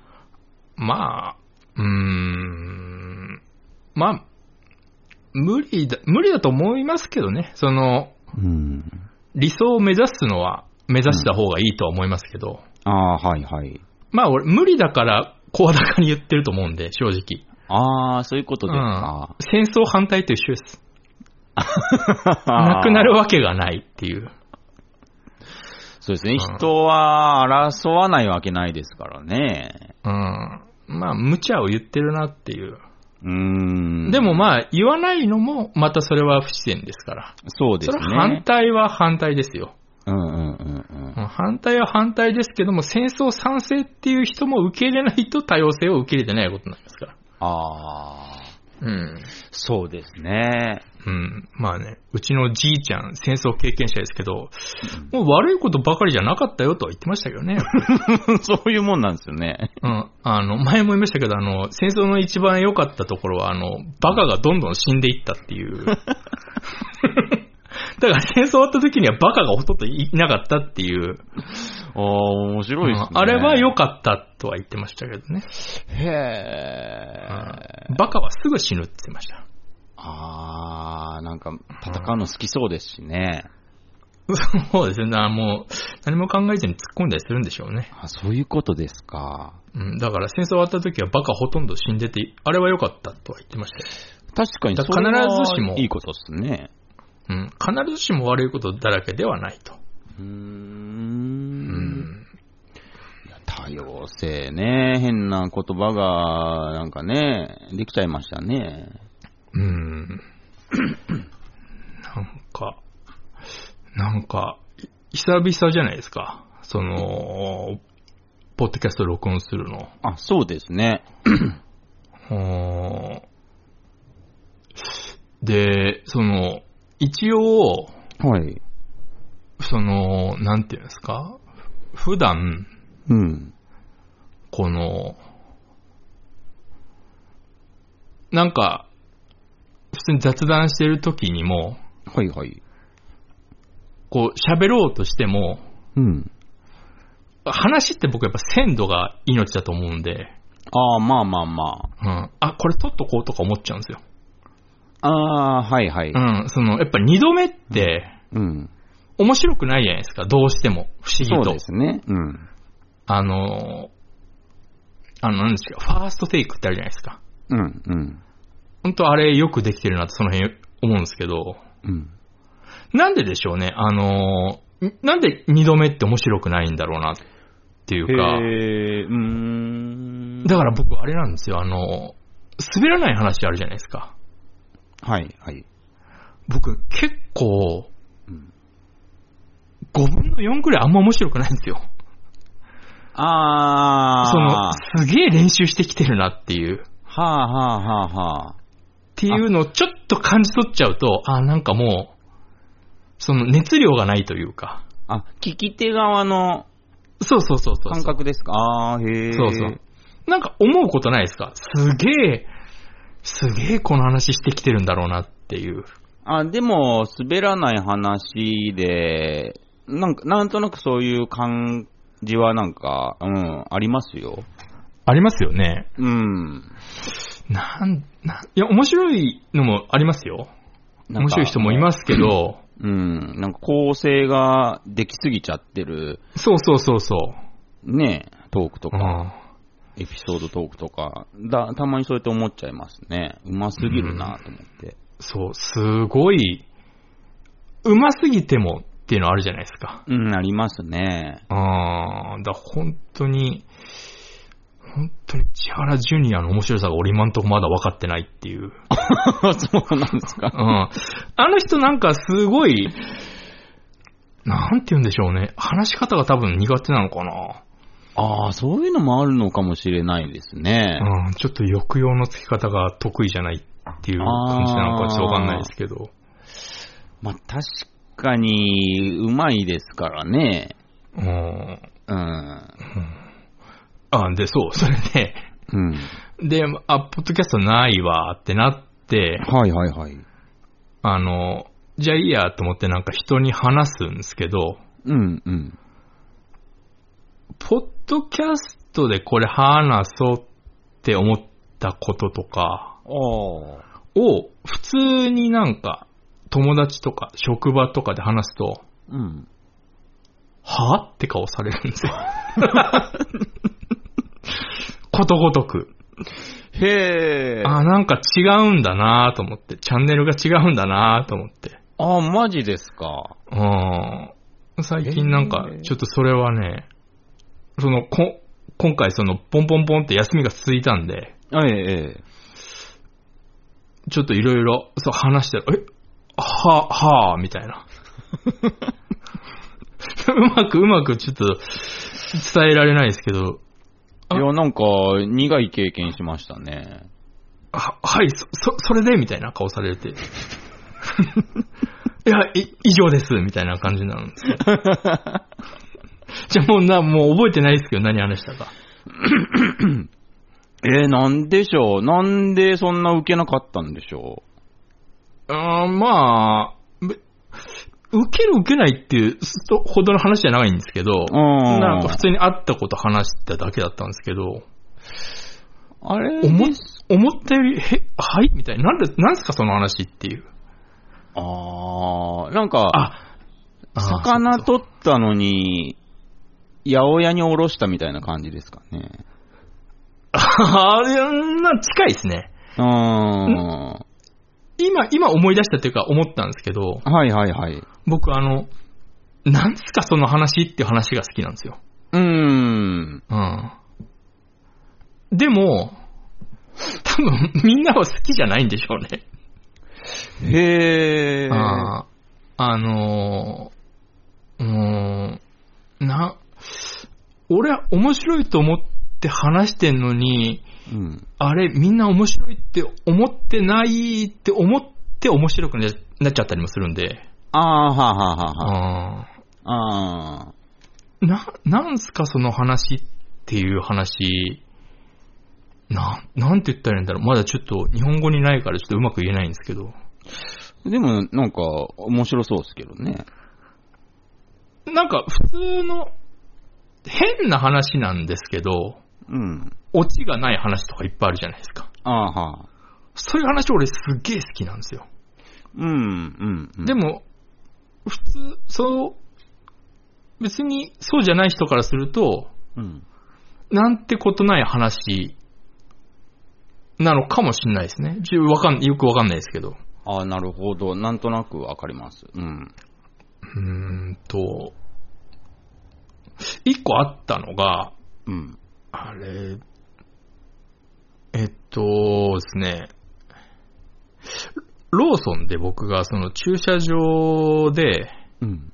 [SPEAKER 1] まあ、うーん。まあ、無理だ、無理だと思いますけどね。その、
[SPEAKER 2] うん。
[SPEAKER 1] 理想を目指すのは、目指した方がいいとは思いますけど。
[SPEAKER 2] ああー、はいはい。
[SPEAKER 1] まあ、俺、無理だから、声高に言ってると思うんで、正直。
[SPEAKER 2] ああ、そういうことですか。
[SPEAKER 1] 戦争反対と一緒です。
[SPEAKER 2] な
[SPEAKER 1] なくなるわけがないっていう。
[SPEAKER 2] そうですね、
[SPEAKER 1] うん
[SPEAKER 2] 人は争わないわけないですからね。
[SPEAKER 1] うん。まあ、無茶を言ってるなっていう。
[SPEAKER 2] うーん。
[SPEAKER 1] でも
[SPEAKER 2] あ、
[SPEAKER 1] まあ、言わないのも、またそれは不自然ですから。
[SPEAKER 2] そうで
[SPEAKER 1] そ
[SPEAKER 2] す
[SPEAKER 1] れは反
[SPEAKER 2] ね。
[SPEAKER 1] 対は反対ですよ。
[SPEAKER 2] うんうんうん
[SPEAKER 1] うん反対は反対ですけども、戦争賛成っていう人も受け入れないと多様性を受け入れてないことになりますから。
[SPEAKER 2] ああ、
[SPEAKER 1] うん。
[SPEAKER 2] そうですね。
[SPEAKER 1] うん。まあね、うちのじいちゃん、戦争経験者ですけど、もう悪いことばかりじゃなかったよとは言ってましたけどね。
[SPEAKER 2] そういうもんなんですよね。
[SPEAKER 1] うん。あの、前も言いましたけど、あの、戦争の一番良かったところは、あの、バカがどんどん死んでいったっていう。だから戦争終わった時にはバカがほとんどいなかったっていう。
[SPEAKER 2] ああ、面白いですね
[SPEAKER 1] う。んあれは良かったとは言ってましたけどね。
[SPEAKER 2] へ
[SPEAKER 1] う
[SPEAKER 2] え。
[SPEAKER 1] んバカはすぐ死ぬって言ってました。
[SPEAKER 2] ああ、なんか、戦うの好きそうですしね。
[SPEAKER 1] そうですね。なもう、何も考えずに突っ込んだりするんでしょうね。
[SPEAKER 2] あそういうことですか。
[SPEAKER 1] うん。だから戦争終わった時はバカほとんど死んでて、あれは良かったとは言ってましたよ
[SPEAKER 2] 確かに
[SPEAKER 1] だ
[SPEAKER 2] そ
[SPEAKER 1] か
[SPEAKER 2] れ
[SPEAKER 1] ら
[SPEAKER 2] は
[SPEAKER 1] 必ずしも
[SPEAKER 2] いいことですね。
[SPEAKER 1] うん。必ずしも悪いことだらけではないと。
[SPEAKER 2] うー
[SPEAKER 1] うんん。
[SPEAKER 2] 多様性ね、変な言葉が、なんかね、できちゃいましたね。
[SPEAKER 1] うーん。なんか、なんか、い久々じゃないですか。その、ポッドキャスト録音するの。
[SPEAKER 2] あ、そうですね。
[SPEAKER 1] うーんで、その、一応、
[SPEAKER 2] はい。
[SPEAKER 1] その、なんていうんですか普段、
[SPEAKER 2] うん。
[SPEAKER 1] この、なんか、普通に雑談してる時にも、
[SPEAKER 2] はいはい。
[SPEAKER 1] こう、喋ろうとしても、
[SPEAKER 2] うん。
[SPEAKER 1] 話って僕やっぱ鮮度が命だと思うんで、
[SPEAKER 2] ああ、まあまあま
[SPEAKER 1] うん。あ、これ取っとこうとか思っちゃうんですよ。
[SPEAKER 2] あ。ああ、はいはい。
[SPEAKER 1] うん。その、やっぱ二度目って、
[SPEAKER 2] うん。
[SPEAKER 1] 面白くないじゃないですか、どうしても。不思
[SPEAKER 2] そう
[SPEAKER 1] 議と
[SPEAKER 2] で。すね。うん。
[SPEAKER 1] あのー、あの、なんですか、ファーストテイクってあるじゃないですか。
[SPEAKER 2] うん、うん。
[SPEAKER 1] 本当あれよくできてるなってその辺思うんですけど、
[SPEAKER 2] うん。
[SPEAKER 1] なんででしょうね、あのー、んなんで二度目って面白くないんだろうなっていうか、
[SPEAKER 2] へえ、うーん。
[SPEAKER 1] だから僕、あれなんですよ、あの、滑らない話あるじゃないですか。
[SPEAKER 2] はい、はい。
[SPEAKER 1] 僕、結構、
[SPEAKER 2] うん
[SPEAKER 1] 5分の4くらいあんま面白くないんですよ。
[SPEAKER 2] あー。
[SPEAKER 1] その、すげえ練習してきてるなっていう。
[SPEAKER 2] はあはあはあはあ。
[SPEAKER 1] っていうのをちょっと感じ取っちゃうと、あ、なんかもう、その熱量がないというか。
[SPEAKER 2] あ、聞き手側の
[SPEAKER 1] そうそうそうそうそう。
[SPEAKER 2] 感覚ですかあー、へー。
[SPEAKER 1] そうそう。。なんか思うことないですかすげえ、すげえこの話してきてるんだろうなっていう。
[SPEAKER 2] あ、でも、滑らない話で、なんか、なんとなくそういう感じはなんか、うん、ありますよ。
[SPEAKER 1] ありますよね。
[SPEAKER 2] うん。
[SPEAKER 1] なん、なん、いや、面白いのもありますよ。
[SPEAKER 2] なんか
[SPEAKER 1] 面白い人もいますけど、
[SPEAKER 2] うん。なんか構成ができすぎちゃってる、
[SPEAKER 1] そうそうそうそ
[SPEAKER 2] ね、トークと
[SPEAKER 1] う。う
[SPEAKER 2] か、
[SPEAKER 1] ん。
[SPEAKER 2] エピソードトークとか、だ、たまにそうやって思っちゃいますね。うますぎるなと思って。
[SPEAKER 1] そう、すごい、うますぎてもっていうのあるじゃないですか。
[SPEAKER 2] うん、ありますね。
[SPEAKER 1] あー、だから本当に、本当に千原ジュニアの面白さが俺今んとこまだ分かってないっていう。
[SPEAKER 2] そうなんですか
[SPEAKER 1] う。ん。あの人なんかすごい、なんて言うんでしょうね。話し方が多分苦手なのかな。
[SPEAKER 2] ああ、そういうのもあるのかもしれないですね。
[SPEAKER 1] うん。ちょっと抑揚のつき方が得意じゃないっていう感じなのかちょっとわかんないですけど。
[SPEAKER 2] まあ、確かに、うまいですからね。
[SPEAKER 1] うん。
[SPEAKER 2] うん。
[SPEAKER 1] あ、で、そう、それで、
[SPEAKER 2] うん。
[SPEAKER 1] で、あ、ポッドキャストないわってなって、
[SPEAKER 2] はいはいはい。
[SPEAKER 1] あの、じゃあいいやと思ってなんか人に話すんですけど、
[SPEAKER 2] うんうん。
[SPEAKER 1] ポッドキャストでこれ話そうって思ったこととか、
[SPEAKER 2] ああ。
[SPEAKER 1] を普通になんか友達とか職場とかで話すと、
[SPEAKER 2] うん。
[SPEAKER 1] はぁって顔されるんですよ。 ことごとく。
[SPEAKER 2] へえ。
[SPEAKER 1] あ、なんか違うんだなぁと思って、チャンネルが違うんだなぁと思って。
[SPEAKER 2] ああ、マジですか。
[SPEAKER 1] うん。最近なんか、ちょっとそれはね、その、こ、今回その、ポンポンポンって休みが続いたんで、
[SPEAKER 2] ええ、え
[SPEAKER 1] ちょっといろいろ、そう話してる。えは、はあ、みたいな。うまく、うまくちょっと伝えられないですけど、あ
[SPEAKER 2] え。いや、なんか、苦い経験しましたね。
[SPEAKER 1] は、はい、そ、そ、それでみたいな顔されて。いや、い、以上です、みたいな感じになるんですよ。じゃあもうな、もう覚えてないですけど、何話したか。
[SPEAKER 2] えー、なんでしょう。なんでそんな受けなかったんでしょ
[SPEAKER 1] うーん、まあ、べ受ける受けないっていうそほどの話じゃないんですけど、
[SPEAKER 2] う。うん。
[SPEAKER 1] なんか普通に会ったこと話しただけだったんですけど、
[SPEAKER 2] あれ
[SPEAKER 1] 思思ったより、え、はいみたいな。なんで、なんすかその話っていう。
[SPEAKER 2] ああ、なんか、
[SPEAKER 1] あ、
[SPEAKER 2] 魚
[SPEAKER 1] そうそう
[SPEAKER 2] 取ったのに、八百屋におろしたみたいな感じですかね。
[SPEAKER 1] あれ、な、近いですね。
[SPEAKER 2] うーん。は
[SPEAKER 1] 今、今思い出したっていうか思ったんですけど、
[SPEAKER 2] いはいはい。
[SPEAKER 1] 僕あの、なんすかその話っていう話が好きなんですよ。
[SPEAKER 2] うーん。
[SPEAKER 1] うん。でも、多分みんなは好きじゃないんでしょうね。
[SPEAKER 2] へえ。
[SPEAKER 1] あーあのー、うーん、な、俺は面白いと思って話してんのに、
[SPEAKER 2] うん。
[SPEAKER 1] あれ、みんな面白いって思ってないって思って面白くななっちゃったりもするんで、
[SPEAKER 2] ああ、はあはあはあは
[SPEAKER 1] あ
[SPEAKER 2] あ。あ
[SPEAKER 1] ーな、なんすかその話っていう話、なん、なんて言ったらいいんだろう。まだちょっと日本語にないからちょっとうまく言えないんですけど。
[SPEAKER 2] ーでも、なんか、面白そうですけどね。
[SPEAKER 1] なんか普通の変な話なんですけど、
[SPEAKER 2] うん。
[SPEAKER 1] オチがない話とかいっぱいあるじゃないですか。
[SPEAKER 2] ああ、はあ。
[SPEAKER 1] そういう話俺すっげえ好きなんですよ。
[SPEAKER 2] うん、うん、うん。
[SPEAKER 1] で、も、普通、そう、別にそうじゃない人からすると、
[SPEAKER 2] うん。
[SPEAKER 1] なんてことない話なのかもしれないですね。ちょわかん、よくわかんないですけど。
[SPEAKER 2] ああ、なるほど。なんとなくわかります。うん。
[SPEAKER 1] うーんと、一個あったのが、
[SPEAKER 2] うん。
[SPEAKER 1] あれ、とですね、ローソンで僕がその駐車場で
[SPEAKER 2] うん。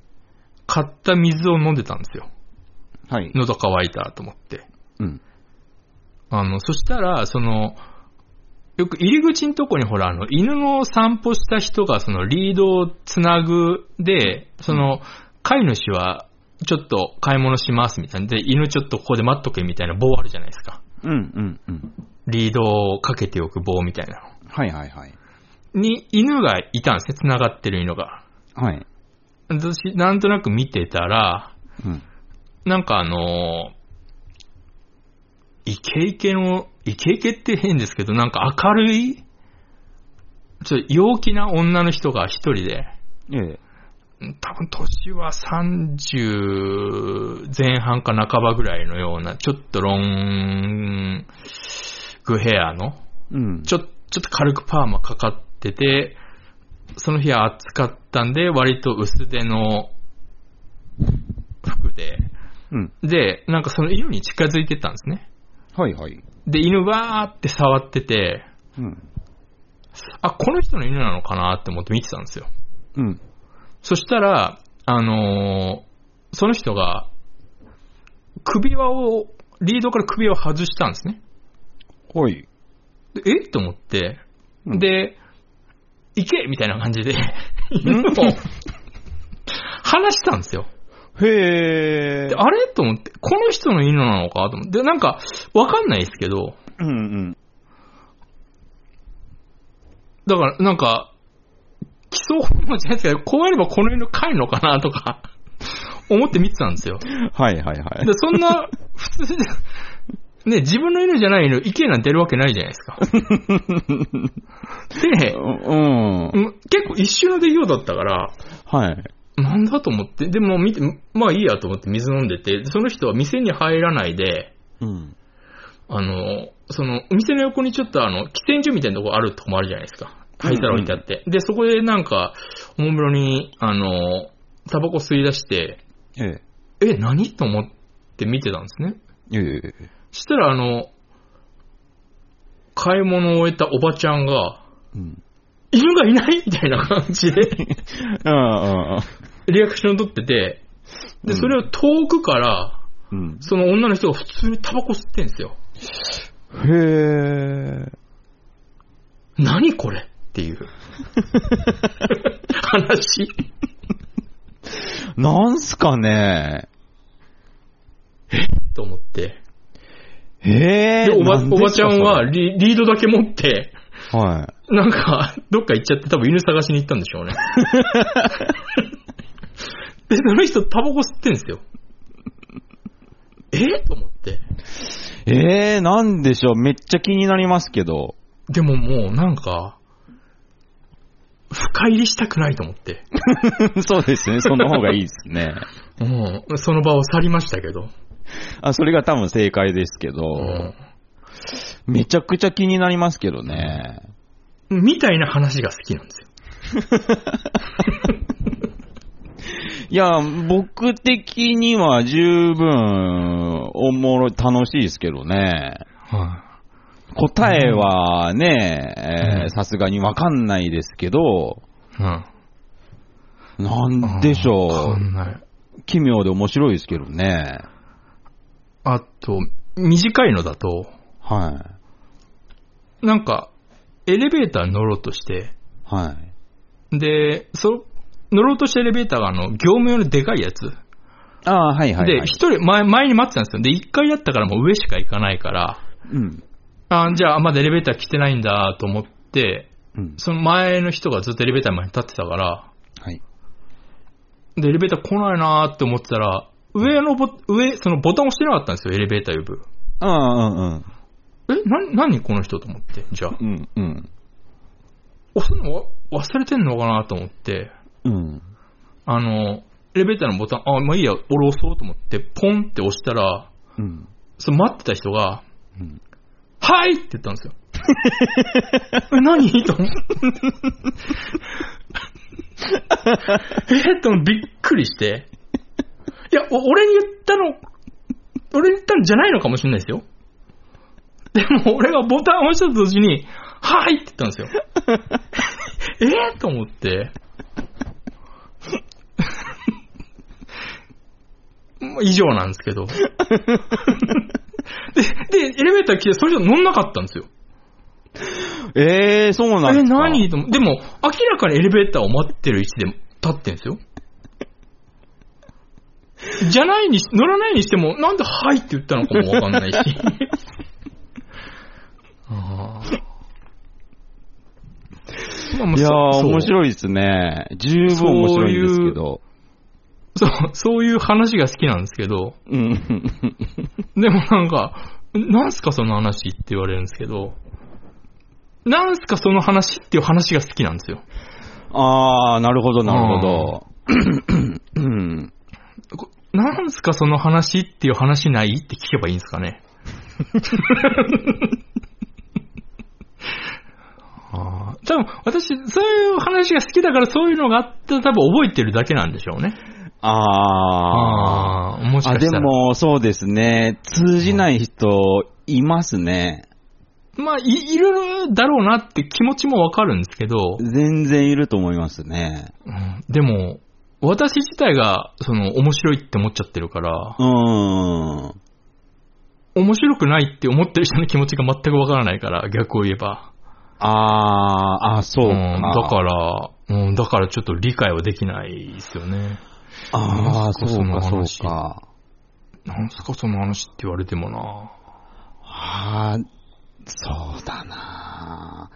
[SPEAKER 1] 買った水を飲んでたんですよ。
[SPEAKER 2] はい。
[SPEAKER 1] 喉乾いたと思って。
[SPEAKER 2] うん。
[SPEAKER 1] あの、そしたら、その、よく入り口のとこにほら、あの、犬の散歩した人がそのリードをつなぐで、その、飼い主はちょっと買い物しますみたいな。で、犬ちょっとここで待っとけみたいな棒あるじゃないですか。
[SPEAKER 2] うん、うん、うん。
[SPEAKER 1] リードをかけておく棒みたいなの。
[SPEAKER 2] はいはいはい。
[SPEAKER 1] に、犬がいたんですね、繋がってる犬が。
[SPEAKER 2] はい。
[SPEAKER 1] 私、なんとなく見てたら、
[SPEAKER 2] うん。
[SPEAKER 1] なんかあのーイケイケの、イケイケって変ですけど、なんか明るい、ちょっと陽気な女の人が一人で、
[SPEAKER 2] ええ。
[SPEAKER 1] 多分年は30前半か半ばぐらいのような、ちょっとロングヘアの、
[SPEAKER 2] うん。
[SPEAKER 1] ちょ、ちょっと軽くパーマかかってて、その日は暑かったんで、割と薄手の服で、
[SPEAKER 2] うん。
[SPEAKER 1] で、なんかその犬に近づいてったんですね。
[SPEAKER 2] はいはい。
[SPEAKER 1] で、犬わーって触ってて、
[SPEAKER 2] うん。
[SPEAKER 1] あ、この人の犬なのかなって思って見てたんですよ。
[SPEAKER 2] うん。
[SPEAKER 1] そしたら、あのーその人が、首輪を、リードから首輪を外したんですね。
[SPEAKER 2] はい。
[SPEAKER 1] でえと思って、
[SPEAKER 2] うん
[SPEAKER 1] で、行けみたいな感じで、犬を、話したんですよ。
[SPEAKER 2] へえ
[SPEAKER 1] で、。あれと思って、この人の犬なのかと思って、で、なんか、わかんないですけど、
[SPEAKER 2] うんうん。
[SPEAKER 1] だから、なんか、基礎本能じゃないですけど、こうやればこの犬飼いのかなとか、 思って見てたんですよ。で、
[SPEAKER 2] はいはいはい。
[SPEAKER 1] そんな、普通で、ね、自分の犬じゃない犬、意見なんて出るわけないじゃないですか。で、
[SPEAKER 2] うん。
[SPEAKER 1] うん結構一瞬の出来ようだったから、
[SPEAKER 2] はい。
[SPEAKER 1] なんだと思って、でも見て、まあいいやと思って水飲んでて、その人は店に入らないで、
[SPEAKER 2] うん。
[SPEAKER 1] あの、その、お店の横にちょっとあの、喫煙所みたいなとこあるとこもあるじゃないですか。灰皿置いてあって。で、そこでなんか、おもむろに、あの、タバコ吸い出して、
[SPEAKER 2] ええ。
[SPEAKER 1] え、何と思って見てたんですね。
[SPEAKER 2] ええ。
[SPEAKER 1] そしたらあの、買い物を終えたおばちゃんが、
[SPEAKER 2] うん。
[SPEAKER 1] 犬がいないみたいな感じで、
[SPEAKER 2] ああ。
[SPEAKER 1] リアクションを取ってて、で、それを遠くから、
[SPEAKER 2] うん。
[SPEAKER 1] その女の人が普通にタバコ吸ってんですよ。
[SPEAKER 2] へえ。
[SPEAKER 1] 何これっていう 話。
[SPEAKER 2] なんすかね。
[SPEAKER 1] と思って。
[SPEAKER 2] へえ。
[SPEAKER 1] で、おば
[SPEAKER 2] なん
[SPEAKER 1] お
[SPEAKER 2] で
[SPEAKER 1] ば
[SPEAKER 2] す
[SPEAKER 1] ち
[SPEAKER 2] か
[SPEAKER 1] ゃんはリリードだけ持って、
[SPEAKER 2] それは
[SPEAKER 1] なんか、どっか行っちゃって多分犬探しに行ったんでしょ うね。で、その人タバコ吸ってんですよ。えと思って。
[SPEAKER 2] い。ええ、なんでしょう。めっちゃ気になりますけど。
[SPEAKER 1] でももうなんか、深入りしたくないと思って。
[SPEAKER 2] そうですね。その方がいいですね。
[SPEAKER 1] もう、その場を去りましたけど。
[SPEAKER 2] あ、それが多分正解ですけど。
[SPEAKER 1] うん
[SPEAKER 2] めちゃくちゃ気になりますけどね。
[SPEAKER 1] みたいな話が好きなんですよ。
[SPEAKER 2] いや、僕的には十分おもろい、楽しいですけどね。
[SPEAKER 1] は
[SPEAKER 2] 答えはね、え
[SPEAKER 1] う
[SPEAKER 2] ー
[SPEAKER 1] ん
[SPEAKER 2] さすがにわかんないですけど、
[SPEAKER 1] い。うん。
[SPEAKER 2] なんでし
[SPEAKER 1] わ
[SPEAKER 2] ょ
[SPEAKER 1] かんない。
[SPEAKER 2] う。奇妙で面白いですけどね。
[SPEAKER 1] あと、短いのだと、
[SPEAKER 2] は
[SPEAKER 1] なんか、エレベーターに乗ろうとして、
[SPEAKER 2] い。はい。
[SPEAKER 1] で、そ、乗ろうとしたエレベーターがあの、業務用のでかいやつ。
[SPEAKER 2] ああー、はいはい、
[SPEAKER 1] で、
[SPEAKER 2] はい。
[SPEAKER 1] 一人前、前に待ってたんですよ。で、一階だったからもう上しか行かないから、
[SPEAKER 2] うん。
[SPEAKER 1] あじゃあ、まだエレベーター来てないんだと思って、
[SPEAKER 2] うん。
[SPEAKER 1] その前の人がずっとエレベーター前に立ってたから、
[SPEAKER 2] はい。
[SPEAKER 1] で、エレベーター来ないなーって思ってたら、上のボ、上、そのボタン押してなかったんですよ、エレベーター呼ぶ。
[SPEAKER 2] ああ、
[SPEAKER 1] え、な、何この人と思って。じゃあ
[SPEAKER 2] う、んうん。うん。
[SPEAKER 1] 押すのわ忘れてんのかなと思って、
[SPEAKER 2] うん。
[SPEAKER 1] あの、エレベーターのボタン、あ、まあいいや、俺押そうと思って、ポンって押したら、
[SPEAKER 2] うん。
[SPEAKER 1] その待ってた人が、
[SPEAKER 2] うん
[SPEAKER 1] はいって言ったんですよ。え、何と思って。えっと、びっくりして。いや、お俺に言ったの、俺に言ったんじゃないのかもしれないですよ。でも俺がボタンを押したと同時に、はいって言ったんですよ。えーと思って。まあ以上なんですけど。で、で、エレベーター来て、それじゃ乗んなかったんですよ。
[SPEAKER 2] えー、そうなん
[SPEAKER 1] え、
[SPEAKER 2] ですか。
[SPEAKER 1] 何と思ってでも、明らかにエレベーターを待ってる位置で立ってんですよ。じゃないにし、乗らないにしても、なんではいって言ったのかもわかんないし。 あーまあまあ
[SPEAKER 2] いやー、
[SPEAKER 1] そう
[SPEAKER 2] 面白いですね。十分面白いんですけど。
[SPEAKER 1] そうそういう話が好きなんですけど、
[SPEAKER 2] うん。
[SPEAKER 1] でもなんか、なんすかその話って言われるんですけど、なんすかその話っていう話が好きなんですよ。
[SPEAKER 2] あー、なるほど、なるほど。 うん
[SPEAKER 1] こなんすかその話っていう話ないって聞けばいいんですかね。 あー多分私、そういう話が好きだからそういうのがあったら多分覚えてるだけなんでしょうね。
[SPEAKER 2] あ
[SPEAKER 1] ああ
[SPEAKER 2] ー。
[SPEAKER 1] ー、もし
[SPEAKER 2] あ、
[SPEAKER 1] かし
[SPEAKER 2] で
[SPEAKER 1] たら。
[SPEAKER 2] も、そうですね。通じない人、いますね。
[SPEAKER 1] まあい、いるだろうなって気持ちもわかるんですけど、
[SPEAKER 2] 全然いると思いますね。
[SPEAKER 1] うんでも、私自体が、その、面白いって思っちゃってるから、
[SPEAKER 2] うーん。
[SPEAKER 1] 面白くないって思ってる人の気持ちが全くわからないから、逆を言えば。
[SPEAKER 2] あー、あ、そうか。
[SPEAKER 1] ん、だから、うん、だからちょっと理解はできないですよね。
[SPEAKER 2] ああ、そ
[SPEAKER 1] そううか
[SPEAKER 2] か、そ
[SPEAKER 1] そうう
[SPEAKER 2] か。
[SPEAKER 1] なんすかその話って言われてもな。
[SPEAKER 2] ああ、そうだな。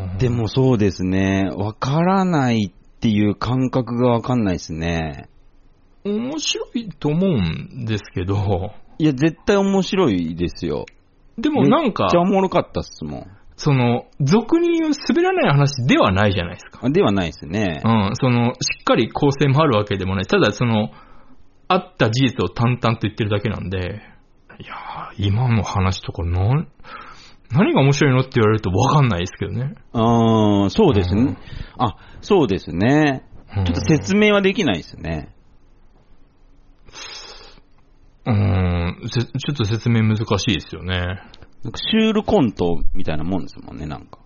[SPEAKER 1] うん
[SPEAKER 2] で、もそうですね、わからないっていう感覚がわかんないですね。
[SPEAKER 1] 面白いと思うんですけど、
[SPEAKER 2] いや、絶対面白いですよ。
[SPEAKER 1] でもなんか
[SPEAKER 2] めっち、ゃおもろかったっすもん
[SPEAKER 1] その、俗に言う滑らない話ではないじゃないですか。
[SPEAKER 2] あ。ではないですね
[SPEAKER 1] う。ん、その、しっかり構成もあるわけでもない。ただ、その、あった事実を淡々と言ってるだけなんで、いやー、今の話とか、なん、何が面白いのって言われるとわかんないですけどね。
[SPEAKER 2] うーん、そうです
[SPEAKER 1] うん
[SPEAKER 2] ね。あ、そうですね。
[SPEAKER 1] うん
[SPEAKER 2] ちょっと説明はできないですね。
[SPEAKER 1] うーん、せちょっと説明難しいですよね。
[SPEAKER 2] なんかシュールコントみたいなもんですもんね、なんか。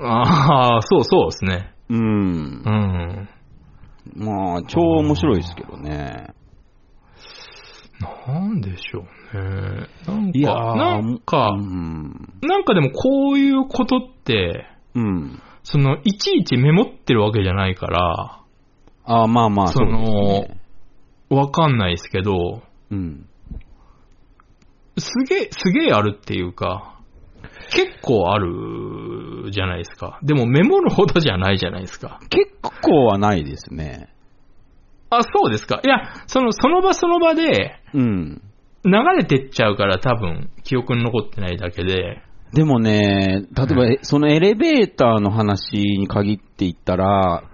[SPEAKER 1] ああ、そうそうですね。
[SPEAKER 2] うーん
[SPEAKER 1] う。ん。
[SPEAKER 2] まあ、超面白いですけどね。
[SPEAKER 1] なんでしょうね。なんか、
[SPEAKER 2] いやー
[SPEAKER 1] なん
[SPEAKER 2] う
[SPEAKER 1] か、
[SPEAKER 2] ん。
[SPEAKER 1] なんかでもこういうことって、
[SPEAKER 2] うん。
[SPEAKER 1] その、いちいちメモってるわけじゃないから、
[SPEAKER 2] あまあまあ、
[SPEAKER 1] その
[SPEAKER 2] うですね
[SPEAKER 1] わかんないですけど、
[SPEAKER 2] うん。
[SPEAKER 1] すげえ、すげえあるっていうか、結構あるじゃないですか。でもメモるほどじゃないじゃないですか。
[SPEAKER 2] 結構はないですね。
[SPEAKER 1] あ、そうですか。いや、その、その場その場で、
[SPEAKER 2] うん。
[SPEAKER 1] 流れてっちゃうから多分記憶に残ってないだけで。
[SPEAKER 2] でもね、例えば、
[SPEAKER 1] う
[SPEAKER 2] そのエレベーターの話に限って言ったら、
[SPEAKER 1] はい。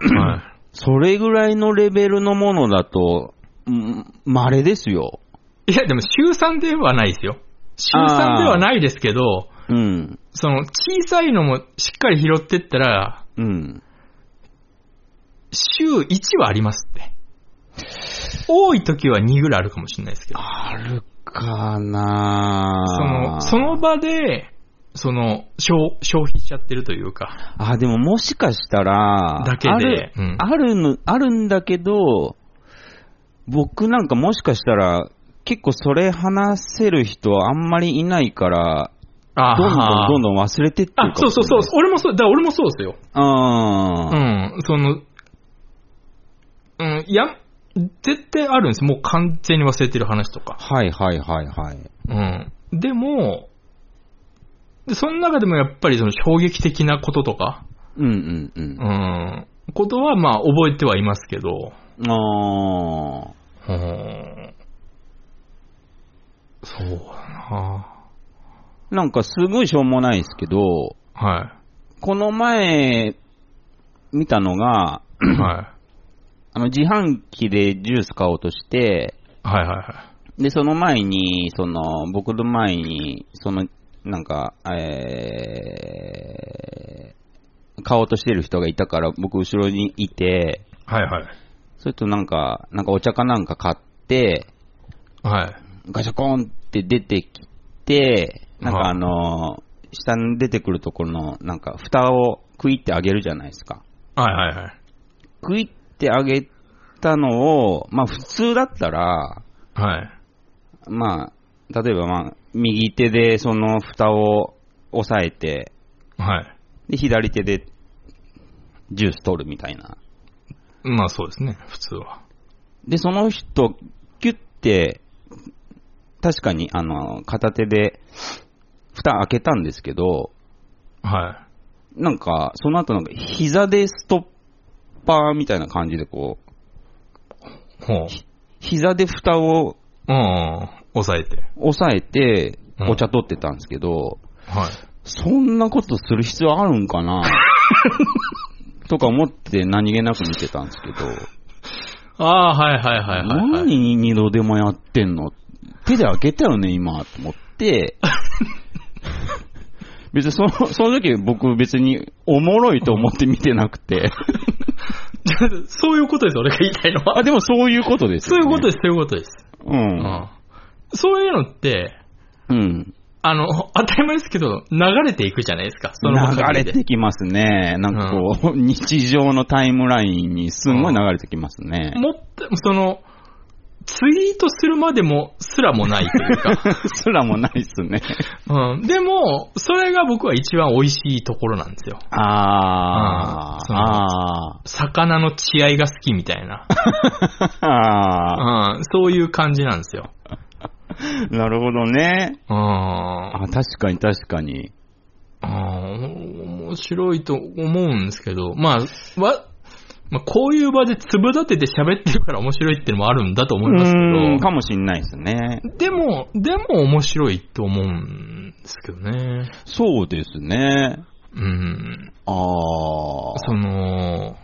[SPEAKER 2] それぐらいのレベルのものだと、うん稀ですよ。
[SPEAKER 1] いや、でも週3ではないですよ。週3ではないですけど、
[SPEAKER 2] うん。
[SPEAKER 1] その小さいのもしっかり拾ってったら、
[SPEAKER 2] うん。
[SPEAKER 1] 週1はありますって。多い時は2ぐらいあるかもしれないですけど。
[SPEAKER 2] あるかな
[SPEAKER 1] その、その場で、その、消、消費しちゃってるというか。
[SPEAKER 2] あ、でももしかしたら、
[SPEAKER 1] だけで
[SPEAKER 2] ある、
[SPEAKER 1] うん
[SPEAKER 2] あるの、あるんだけど、僕なんかもしかしたら、結構それ話せる人はあんまりいないから、
[SPEAKER 1] あ
[SPEAKER 2] どんどんどん
[SPEAKER 1] ん。
[SPEAKER 2] どん忘れてってるか
[SPEAKER 1] あ、そうそうそう。俺もそう、だから俺もそうですよ。
[SPEAKER 2] う。あ
[SPEAKER 1] う
[SPEAKER 2] ー
[SPEAKER 1] ん、その、うん、いや、絶対あるんです。もう完全に忘れてる話とか。
[SPEAKER 2] はいはいはいはい。
[SPEAKER 1] うん。でも、でその中でもやっぱりその衝撃的なこととか、
[SPEAKER 2] うんうん
[SPEAKER 1] うん、ことはまあ覚えてはいますけど、
[SPEAKER 2] うん。あ
[SPEAKER 1] うん、そうだな
[SPEAKER 2] ーなんかすごいしょうもないですけど、
[SPEAKER 1] は
[SPEAKER 2] この前、見たのが、
[SPEAKER 1] い。はい。
[SPEAKER 2] あの自販機でジュース買おうとして、
[SPEAKER 1] はいはいは
[SPEAKER 2] で、その前に、その、僕の前に、その、なんか、えー、買おうとしてる人がいたから、僕後ろにいて、
[SPEAKER 1] い。はいはい。
[SPEAKER 2] それとなんか、なんかお茶かなんか買って、
[SPEAKER 1] はい。
[SPEAKER 2] ガシャコンって出てきて、なん
[SPEAKER 1] は
[SPEAKER 2] か
[SPEAKER 1] い
[SPEAKER 2] あのー下に出てくるところの、なんか蓋を食いってあげるじゃないですか。
[SPEAKER 1] はいはいはい。
[SPEAKER 2] 食いってあげたのを、まあ普通だったら、
[SPEAKER 1] はい。
[SPEAKER 2] まあ、例えばまあ、右手でその蓋を押さえて、
[SPEAKER 1] はい。
[SPEAKER 2] で、左手でジュース取るみたいな。
[SPEAKER 1] まあそうですね、普通は。
[SPEAKER 2] で、その人、キュッて、確かに、あの、片手で、蓋開けたんですけど、
[SPEAKER 1] は
[SPEAKER 2] なんか、その後なんか、膝でストッパーみたいな感じでこう、
[SPEAKER 1] い。ほう。
[SPEAKER 2] 膝で蓋を
[SPEAKER 1] うん。抑えて。
[SPEAKER 2] 押さえて、
[SPEAKER 1] うん
[SPEAKER 2] お茶取ってたんですけど、
[SPEAKER 1] はい。
[SPEAKER 2] そんなことする必要あるん かなとか思って何気なく見てたんですけど、
[SPEAKER 1] ああー、はいはいはいはい、はい。
[SPEAKER 2] 何二度でもやってんの手で開けたよね、今、と 思って。別にその、その時僕別におもろいと思って見てな くて。
[SPEAKER 1] そういうことです、俺が言いたいのは
[SPEAKER 2] あ、。でもそういうことです
[SPEAKER 1] そう
[SPEAKER 2] よ
[SPEAKER 1] い
[SPEAKER 2] ね、
[SPEAKER 1] うことです、そういうことです。
[SPEAKER 2] う。
[SPEAKER 1] うんん。そういうのって、
[SPEAKER 2] うん。
[SPEAKER 1] あの、当たり前ですけど、流れていくじゃないですか、その
[SPEAKER 2] 流れてきますね。なんかこう、日常のタイムラインにすんごい流れてきますね。
[SPEAKER 1] もって、その、ツイートするまでも、すらもないという か。
[SPEAKER 2] すらもないっすね。
[SPEAKER 1] うん。でも、それが僕は一番美味しいところなんですよ。
[SPEAKER 2] あー。
[SPEAKER 1] うん
[SPEAKER 2] あ
[SPEAKER 1] 魚の血合いが好きみたい な。
[SPEAKER 2] ー。あ
[SPEAKER 1] うん。そういう感じなんですよ。
[SPEAKER 2] ー。なるほどね。
[SPEAKER 1] うん。
[SPEAKER 2] あ、確かに確かに。
[SPEAKER 1] ああ、面白いと思うんですけど、まあ、わ、まあ、こういう場で粒立てて喋ってるから面白いってのもあるんだと思います
[SPEAKER 2] うーん
[SPEAKER 1] け
[SPEAKER 2] かもしんないですね。
[SPEAKER 1] ど、でも、でも面白いと思うんですけどね。
[SPEAKER 2] そうですね。
[SPEAKER 1] うん。
[SPEAKER 2] ああ。
[SPEAKER 1] その、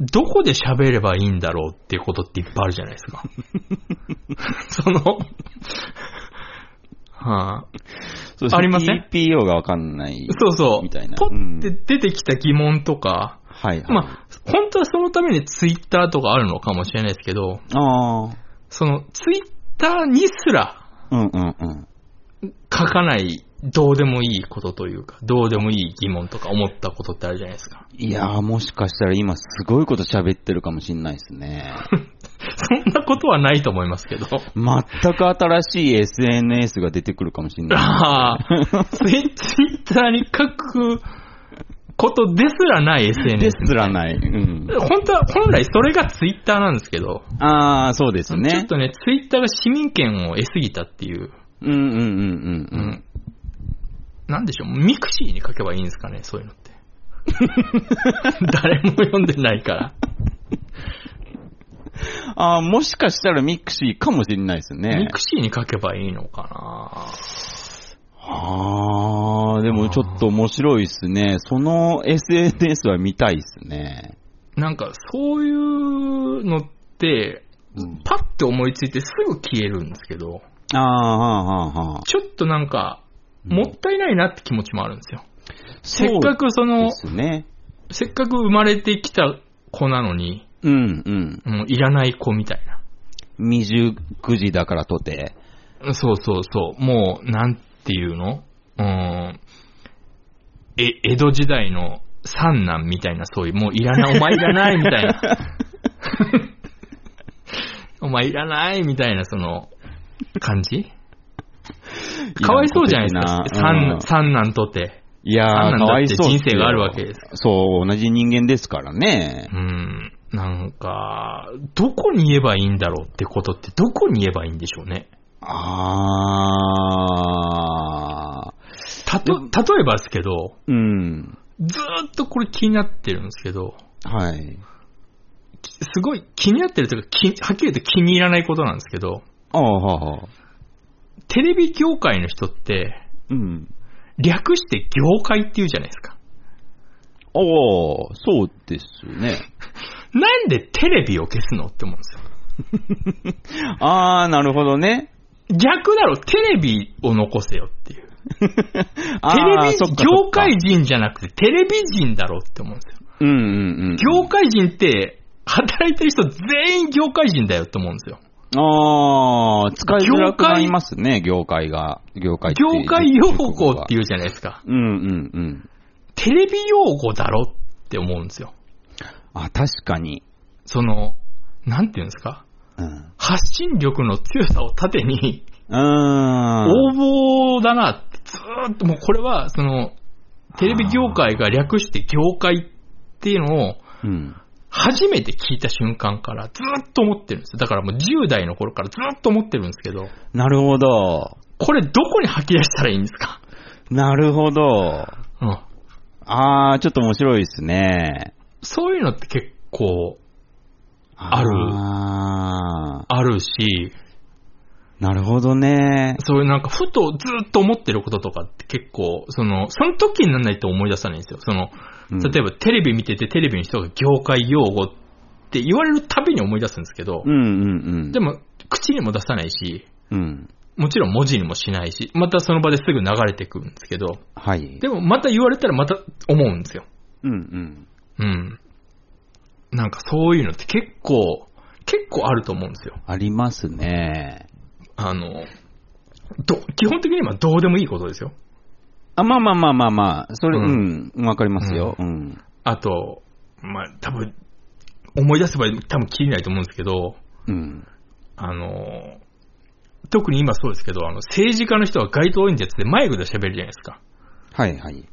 [SPEAKER 1] どこで喋ればいいんだろうっていうことっていっぱいあるじゃない ですか。その、はあ、
[SPEAKER 2] そう
[SPEAKER 1] ありません
[SPEAKER 2] ?CPO がわかんない。
[SPEAKER 1] そうそう、
[SPEAKER 2] みたいな
[SPEAKER 1] ポ
[SPEAKER 2] うん
[SPEAKER 1] ッて出てきた疑問とか、
[SPEAKER 2] はいはい。
[SPEAKER 1] まあ、本当はそのためにツイッターとかあるのかもしれないですけど、
[SPEAKER 2] あー。
[SPEAKER 1] そのツイッターにすら
[SPEAKER 2] うんうんうん。
[SPEAKER 1] 書かないどうでもいいことというか、どうでもいい疑問とか思ったことってあるじゃないですか。
[SPEAKER 2] いやー、もしかしたら今すごいこと喋ってるかもしんないで すね。
[SPEAKER 1] そんなことはないと思いますけ ど。
[SPEAKER 2] 全く新しい SNS が出てくるかもしんない。
[SPEAKER 1] あ あ、ツイツイッターに書くことですらない SNS。
[SPEAKER 2] ですらない。うん。
[SPEAKER 1] 本当は、本来それがツイッターなんですけど、
[SPEAKER 2] あー、そうで
[SPEAKER 1] ち
[SPEAKER 2] す
[SPEAKER 1] ょっ
[SPEAKER 2] ね。
[SPEAKER 1] とね、ツイッターが市民権を得すぎたっていう。
[SPEAKER 2] うんうんうんうんうん。
[SPEAKER 1] なんでしょう、ミクシーに書けばいいんですかね、そういうのって。 誰も読んでないから。
[SPEAKER 2] あー、もしかしたらミクシーかもしんないですね。
[SPEAKER 1] ミクシーに書けばいいのか
[SPEAKER 2] あー、でもちょっと面白いっすね。その SNS は見たいっすね。
[SPEAKER 1] ななんか、そういうのって、パッて思いついてすぐ消えるんですけど、
[SPEAKER 2] あー、はーはーはー
[SPEAKER 1] ちょっとなんか、もったいないなって気持ちもあるんですよ。せっかくそ
[SPEAKER 2] そうで
[SPEAKER 1] の、
[SPEAKER 2] すね。
[SPEAKER 1] せっかく生まれてきた子なのに、
[SPEAKER 2] うんうん。
[SPEAKER 1] もういらない子みたいな。
[SPEAKER 2] 29時だからとて。
[SPEAKER 1] そうそうそう。もう、なんていうのうーん。え、江戸時代の三男みたいな、そういう、もういらない、お前いらない、みたいな。お前いらない、みたいな、その、感じ かわいそうじゃないですか。
[SPEAKER 2] うん
[SPEAKER 1] 三三男とて。
[SPEAKER 2] いや
[SPEAKER 1] 三
[SPEAKER 2] ー、
[SPEAKER 1] 男
[SPEAKER 2] かわいそうっ
[SPEAKER 1] だって
[SPEAKER 2] すよ。
[SPEAKER 1] 人生があるわけですか
[SPEAKER 2] そう、同じ人間ですからね
[SPEAKER 1] う。ん。なんか、どこに言えばいいんだろうってことって、どこに言えばいいんでしょうね。
[SPEAKER 2] あー。
[SPEAKER 1] たと、例えばですけど、
[SPEAKER 2] うん。
[SPEAKER 1] ずーっとこれ気になってるんですけど、
[SPEAKER 2] はい。
[SPEAKER 1] すごい気になってるというか、きはっきり言って気に入らないことなんですけど、
[SPEAKER 2] あーはーはー。
[SPEAKER 1] テレビ業界の人って、
[SPEAKER 2] うん。
[SPEAKER 1] 略して業界って言うじゃないですか。
[SPEAKER 2] おー、そうですね。
[SPEAKER 1] なんでテレビを消すのって思うんですよ。
[SPEAKER 2] あー、なるほど ね。
[SPEAKER 1] 逆だろ、テレビを残せよっていう。
[SPEAKER 2] あ
[SPEAKER 1] テ
[SPEAKER 2] ー
[SPEAKER 1] レビ
[SPEAKER 2] そっかそっか
[SPEAKER 1] 業界人じゃなくてテレビ人だろって思うんですよ。
[SPEAKER 2] うんうんうん。
[SPEAKER 1] 業界人って、働いてる人全員業界人だよって思うんですよ。
[SPEAKER 2] ああ、使いづらくなりますね、業界が。業界って
[SPEAKER 1] 業界用語って
[SPEAKER 2] い
[SPEAKER 1] 言
[SPEAKER 2] う。
[SPEAKER 1] うじゃないですか。
[SPEAKER 2] うんうんうん。
[SPEAKER 1] テレビ用語だろって思うんですよ。
[SPEAKER 2] あ、確かに。
[SPEAKER 1] その、なんていうんですか
[SPEAKER 2] うん。
[SPEAKER 1] 発信力の強さを盾に、
[SPEAKER 2] うーん。
[SPEAKER 1] 応募だなって、ずーっともうこれは、その、テレビ業界が略して業界っていうのを、
[SPEAKER 2] うん。
[SPEAKER 1] 初めて聞いた瞬間からずーっと思ってるんですよ。だからもう10代の頃からずーっと思ってるんですけど、
[SPEAKER 2] なるほど。
[SPEAKER 1] これどこに吐き出したらいいんですか
[SPEAKER 2] なるほど。
[SPEAKER 1] うん。
[SPEAKER 2] ああ、ちょっと面白いですね。
[SPEAKER 1] そういうのって結構
[SPEAKER 2] あ
[SPEAKER 1] る
[SPEAKER 2] あ
[SPEAKER 1] あるし、
[SPEAKER 2] ーなるほどね。
[SPEAKER 1] そういうなんかふとずーっと思ってることとかって結構、その、その時にならないと思い出さないんですよ。その、
[SPEAKER 2] うん
[SPEAKER 1] 例えばテレビ見ててテレビの人が業界用語って言われるたびに思い出すんですけど、
[SPEAKER 2] うんうんうん。
[SPEAKER 1] で、も口にも出さないし、
[SPEAKER 2] うん。
[SPEAKER 1] もちろん文字にもしないし、またその場ですぐ流れてくるんですけど、
[SPEAKER 2] はい。
[SPEAKER 1] でもまた言われたらまた思うんですよ。
[SPEAKER 2] うんうん。
[SPEAKER 1] うん。なんかそういうのって結構、結構あると思うんですよ。
[SPEAKER 2] ありますね。
[SPEAKER 1] あの、ど、基本的にはどうでもいいことですよ。
[SPEAKER 2] あ、まあまあまあまあまあ、それ、
[SPEAKER 1] う
[SPEAKER 2] うん、わかりますよ。うん。
[SPEAKER 1] あと、まあ、多分、思い出せば多分切れないと思うんですけど、
[SPEAKER 2] うん。
[SPEAKER 1] あの、特に今そうですけど、あの、政治家の人は街頭演説でマイクで喋るじゃないですか。
[SPEAKER 2] はいはい。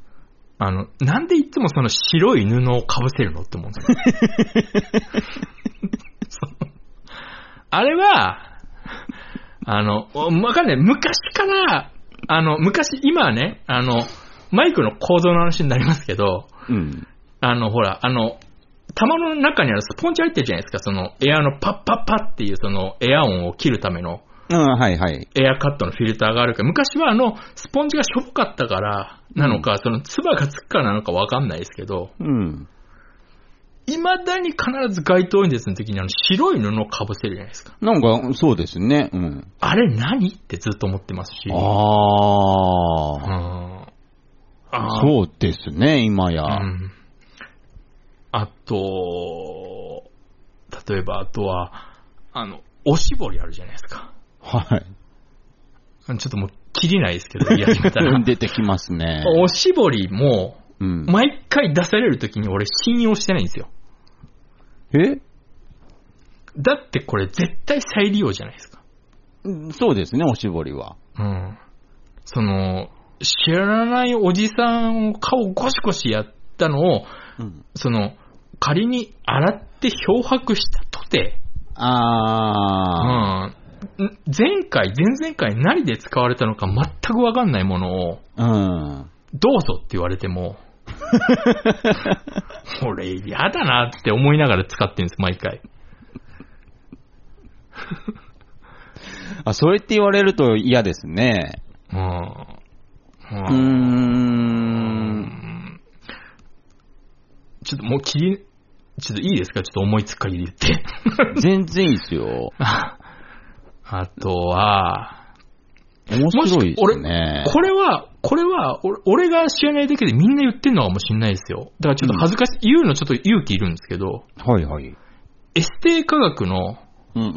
[SPEAKER 1] あの、なんでいつもその白い布をかぶせるのって思うんですよ。そうあれは、あの、おわかんない。昔から、あの、昔、今はね、あの、マイクの構造の話になりますけど、
[SPEAKER 2] うん。
[SPEAKER 1] あの、ほら、あの、玉の中にあるスポンジ入ってるじゃないですか、そのエアのパッパッパっていうそのエア音を切るための
[SPEAKER 2] うん、はいはい。
[SPEAKER 1] エアカットのフィルターがあるから、昔はあの、スポンジがしょぼかったからなのか、その唾がつくからなのかわかんないですけど、
[SPEAKER 2] うん。
[SPEAKER 1] 未だに必ず街頭演説の時にあの白い布をかぶせるじゃないですか。
[SPEAKER 2] なんか、そうですね。うん。
[SPEAKER 1] あれ何ってずっと思ってますし。う
[SPEAKER 2] ああ、
[SPEAKER 1] んあー
[SPEAKER 2] そうですね、今や。
[SPEAKER 1] うんあと、例えば、あとは、あの、おしぼりあるじゃないですか。
[SPEAKER 2] はい。。
[SPEAKER 1] ちょっともう、切りないですけど、言い始めたら
[SPEAKER 2] 出てきますね。
[SPEAKER 1] おしぼりも、
[SPEAKER 2] うん、
[SPEAKER 1] 毎回出されるときに俺信用してないんですよ。
[SPEAKER 2] え
[SPEAKER 1] だってこれ絶対再利用じゃないですか。
[SPEAKER 2] うんそうですね、おしぼりは。
[SPEAKER 1] うん。その、知らないおじさんを顔ゴシゴシやったのを、
[SPEAKER 2] うん、
[SPEAKER 1] その、仮に洗って漂白したとて、
[SPEAKER 2] ああ、
[SPEAKER 1] うん前回、前々回何で使われたのか全くわかんないものを、
[SPEAKER 2] うん。
[SPEAKER 1] どうぞって言われて も、俺、嫌だなって思いながら使ってるんです、毎回。
[SPEAKER 2] あ、それって言われると嫌ですね。
[SPEAKER 1] うん。う
[SPEAKER 2] うー
[SPEAKER 1] ん
[SPEAKER 2] ん。
[SPEAKER 1] ちょっともう切り、ちょっといいですかちょっと思いつく限り言 って。
[SPEAKER 2] 全然いいですよ。
[SPEAKER 1] あとは、
[SPEAKER 2] 面白いですね。
[SPEAKER 1] これは、これは、俺俺が知らないだけでみんな言ってんのかもしれないですよ。だからちょっと恥ずかしい、言うのちょっと勇気いるんですけど、
[SPEAKER 2] はいはい。
[SPEAKER 1] エステ科学の、
[SPEAKER 2] うん。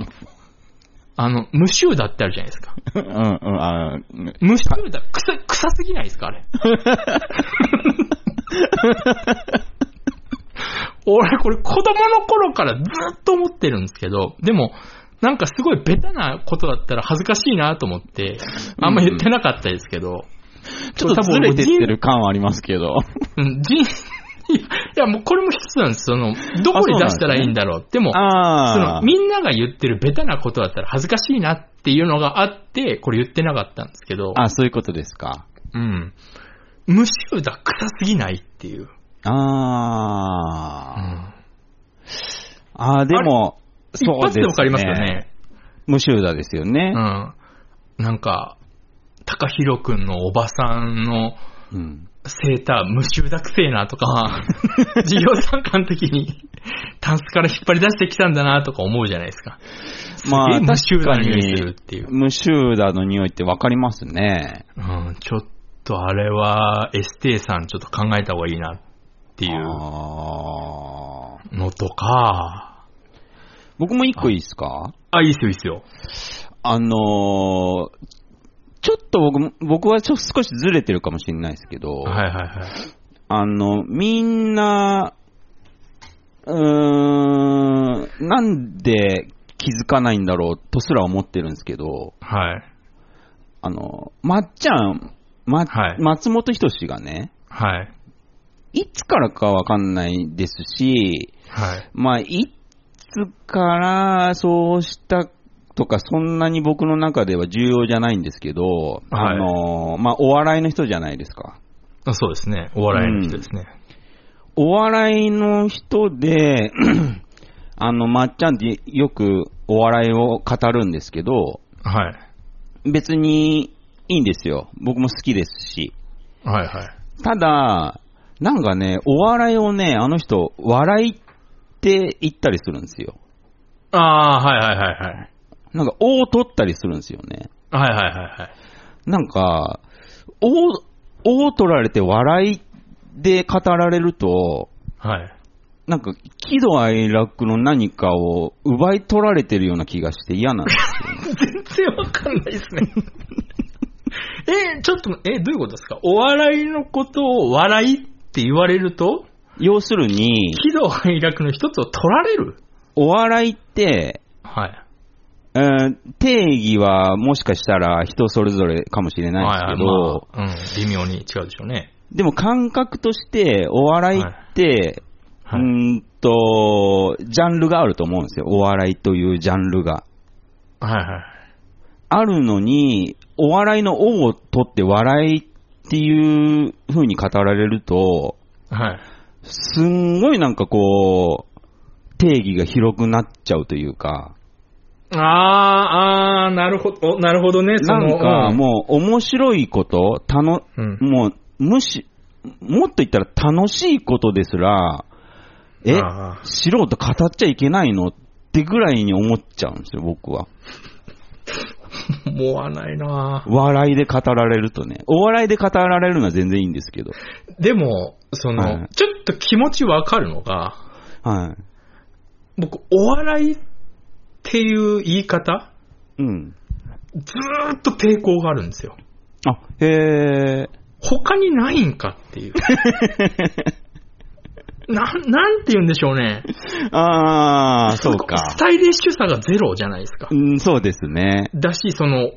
[SPEAKER 1] あの、無臭だってあるじゃないですか。
[SPEAKER 2] うん、うん、あー
[SPEAKER 1] 無臭だ、臭、臭すぎないですかあ れ。俺、これ子供の頃からずっと思ってるんですけど、でも、なんかすごいベタなことだったら恥ずかしいなと思って、あんま言ってなかったですけど、
[SPEAKER 2] ちょっとずれてってる感はありますけど。
[SPEAKER 1] うん、人、いや、もうこれも一つなんです。その、どこに出したらいいんだろう。でも、そ
[SPEAKER 2] ああ
[SPEAKER 1] の、。みんなが言ってるベタなことだったら恥ずかしいなっていうのがあって、これ言ってなかったんですけど、
[SPEAKER 2] あ、そういうことですか。
[SPEAKER 1] うん。無臭だ、臭すぎないっていう。
[SPEAKER 2] ああ。
[SPEAKER 1] ん、
[SPEAKER 2] ああ、でも、
[SPEAKER 1] 一
[SPEAKER 2] そうで
[SPEAKER 1] 発
[SPEAKER 2] すね。
[SPEAKER 1] でわかりますよね。
[SPEAKER 2] 無臭だですよね
[SPEAKER 1] う。ん。なんか、高弘くんのおばさんの
[SPEAKER 2] うん。
[SPEAKER 1] セーター無臭だくせえなと か、授業参観の時に、タンスから引っ張り出してきたんだなとか思うじゃないですか。
[SPEAKER 2] まあ、
[SPEAKER 1] すげえ無臭
[SPEAKER 2] 確
[SPEAKER 1] な
[SPEAKER 2] か
[SPEAKER 1] 匂いする
[SPEAKER 2] に
[SPEAKER 1] っていう、
[SPEAKER 2] 無臭だの匂いってわかりますね。
[SPEAKER 1] うん、ちょっとあれは、ST さんちょっと考えた方がいいなっていう
[SPEAKER 2] あー
[SPEAKER 1] のとか、
[SPEAKER 2] 僕も一個いいですか
[SPEAKER 1] あ、いいっすよ、いいっすよ。
[SPEAKER 2] あのーちょっと僕も、僕はちょ少しずれてるかもしれないですけど、
[SPEAKER 1] はいはいはい。
[SPEAKER 2] あの、みんな、うーん、なんで気づかないんだろうとすら思ってるんですけど、
[SPEAKER 1] はい。
[SPEAKER 2] あの、まっちゃん、ま、
[SPEAKER 1] はい
[SPEAKER 2] 松本人志がね、
[SPEAKER 1] はい。
[SPEAKER 2] いつからかわかんないですし、
[SPEAKER 1] はい。
[SPEAKER 2] まあ、いつからそうしたとか、そんなに僕の中では重要じゃないんですけど、あの、まあ、お笑いの人じゃないですか。
[SPEAKER 1] あそうですね。お笑いの人ですね。
[SPEAKER 2] お笑いの人で、 あの、まっちゃんってよくお笑いを語るんですけど、
[SPEAKER 1] はい。
[SPEAKER 2] 別にいいんですよ。僕も好きですし。
[SPEAKER 1] はいはい。
[SPEAKER 2] ただ、なんかね、お笑いをね、あの人、笑いって言ったりするんですよ。
[SPEAKER 1] ああ、はいはいはいはい。
[SPEAKER 2] なんか、おを取ったりするんですよね。
[SPEAKER 1] はいはいはいはい。
[SPEAKER 2] なんか、お、おを取られて笑いで語られると、
[SPEAKER 1] はい。
[SPEAKER 2] なんか、喜怒哀楽の何かを奪い取られてるような気がして 嫌なんです。
[SPEAKER 1] 全然わかんないですね。 え、ちょっと、え、どういうことですかお笑いのことを笑いって言われると、
[SPEAKER 2] 要するに、
[SPEAKER 1] 喜怒哀楽の一つを取られる
[SPEAKER 2] お笑いって、
[SPEAKER 1] はい。
[SPEAKER 2] えー定義はもしかしたら人それぞれかもしれないですけど、
[SPEAKER 1] はいはいまあうん、微妙に違うでしょうね。
[SPEAKER 2] でも感覚としてお笑いって、
[SPEAKER 1] はいう
[SPEAKER 2] ーんと、ジャンルがあると思うんですよ。お笑いというジャンルが。
[SPEAKER 1] はいはい。
[SPEAKER 2] あるのに、お笑いの王を取って笑いっていう風に語られると、
[SPEAKER 1] はい。
[SPEAKER 2] すんごいなんかこう、定義が広くなっちゃうというか、
[SPEAKER 1] ああ、ああ、なるほど、おなるほどね、そ
[SPEAKER 2] な
[SPEAKER 1] の。
[SPEAKER 2] んか
[SPEAKER 1] うん
[SPEAKER 2] もう面白いこと、たの、
[SPEAKER 1] うん
[SPEAKER 2] もう無視、もっと言ったら楽しいことですら、え、
[SPEAKER 1] あ ー
[SPEAKER 2] 素人語っちゃいけないのってぐらいに思っちゃうんですよ、僕は。
[SPEAKER 1] 思わないな
[SPEAKER 2] 笑いで語られるとね。お笑いで語られるのは全然いいんですけど。
[SPEAKER 1] でも、その、
[SPEAKER 2] はい
[SPEAKER 1] ちょっと気持ちわかるのが、
[SPEAKER 2] はい。
[SPEAKER 1] 僕、お笑いっていう言い方、
[SPEAKER 2] うん。
[SPEAKER 1] ずーっと抵抗があるんですよ。
[SPEAKER 2] あ、 へえ。
[SPEAKER 1] 他にないんかって いう。なん、なんて言うんでしょうね。
[SPEAKER 2] あー、そうか
[SPEAKER 1] ス。タイリッシュさがゼロじゃないですか
[SPEAKER 2] う。ん、そうですね。
[SPEAKER 1] だし、その、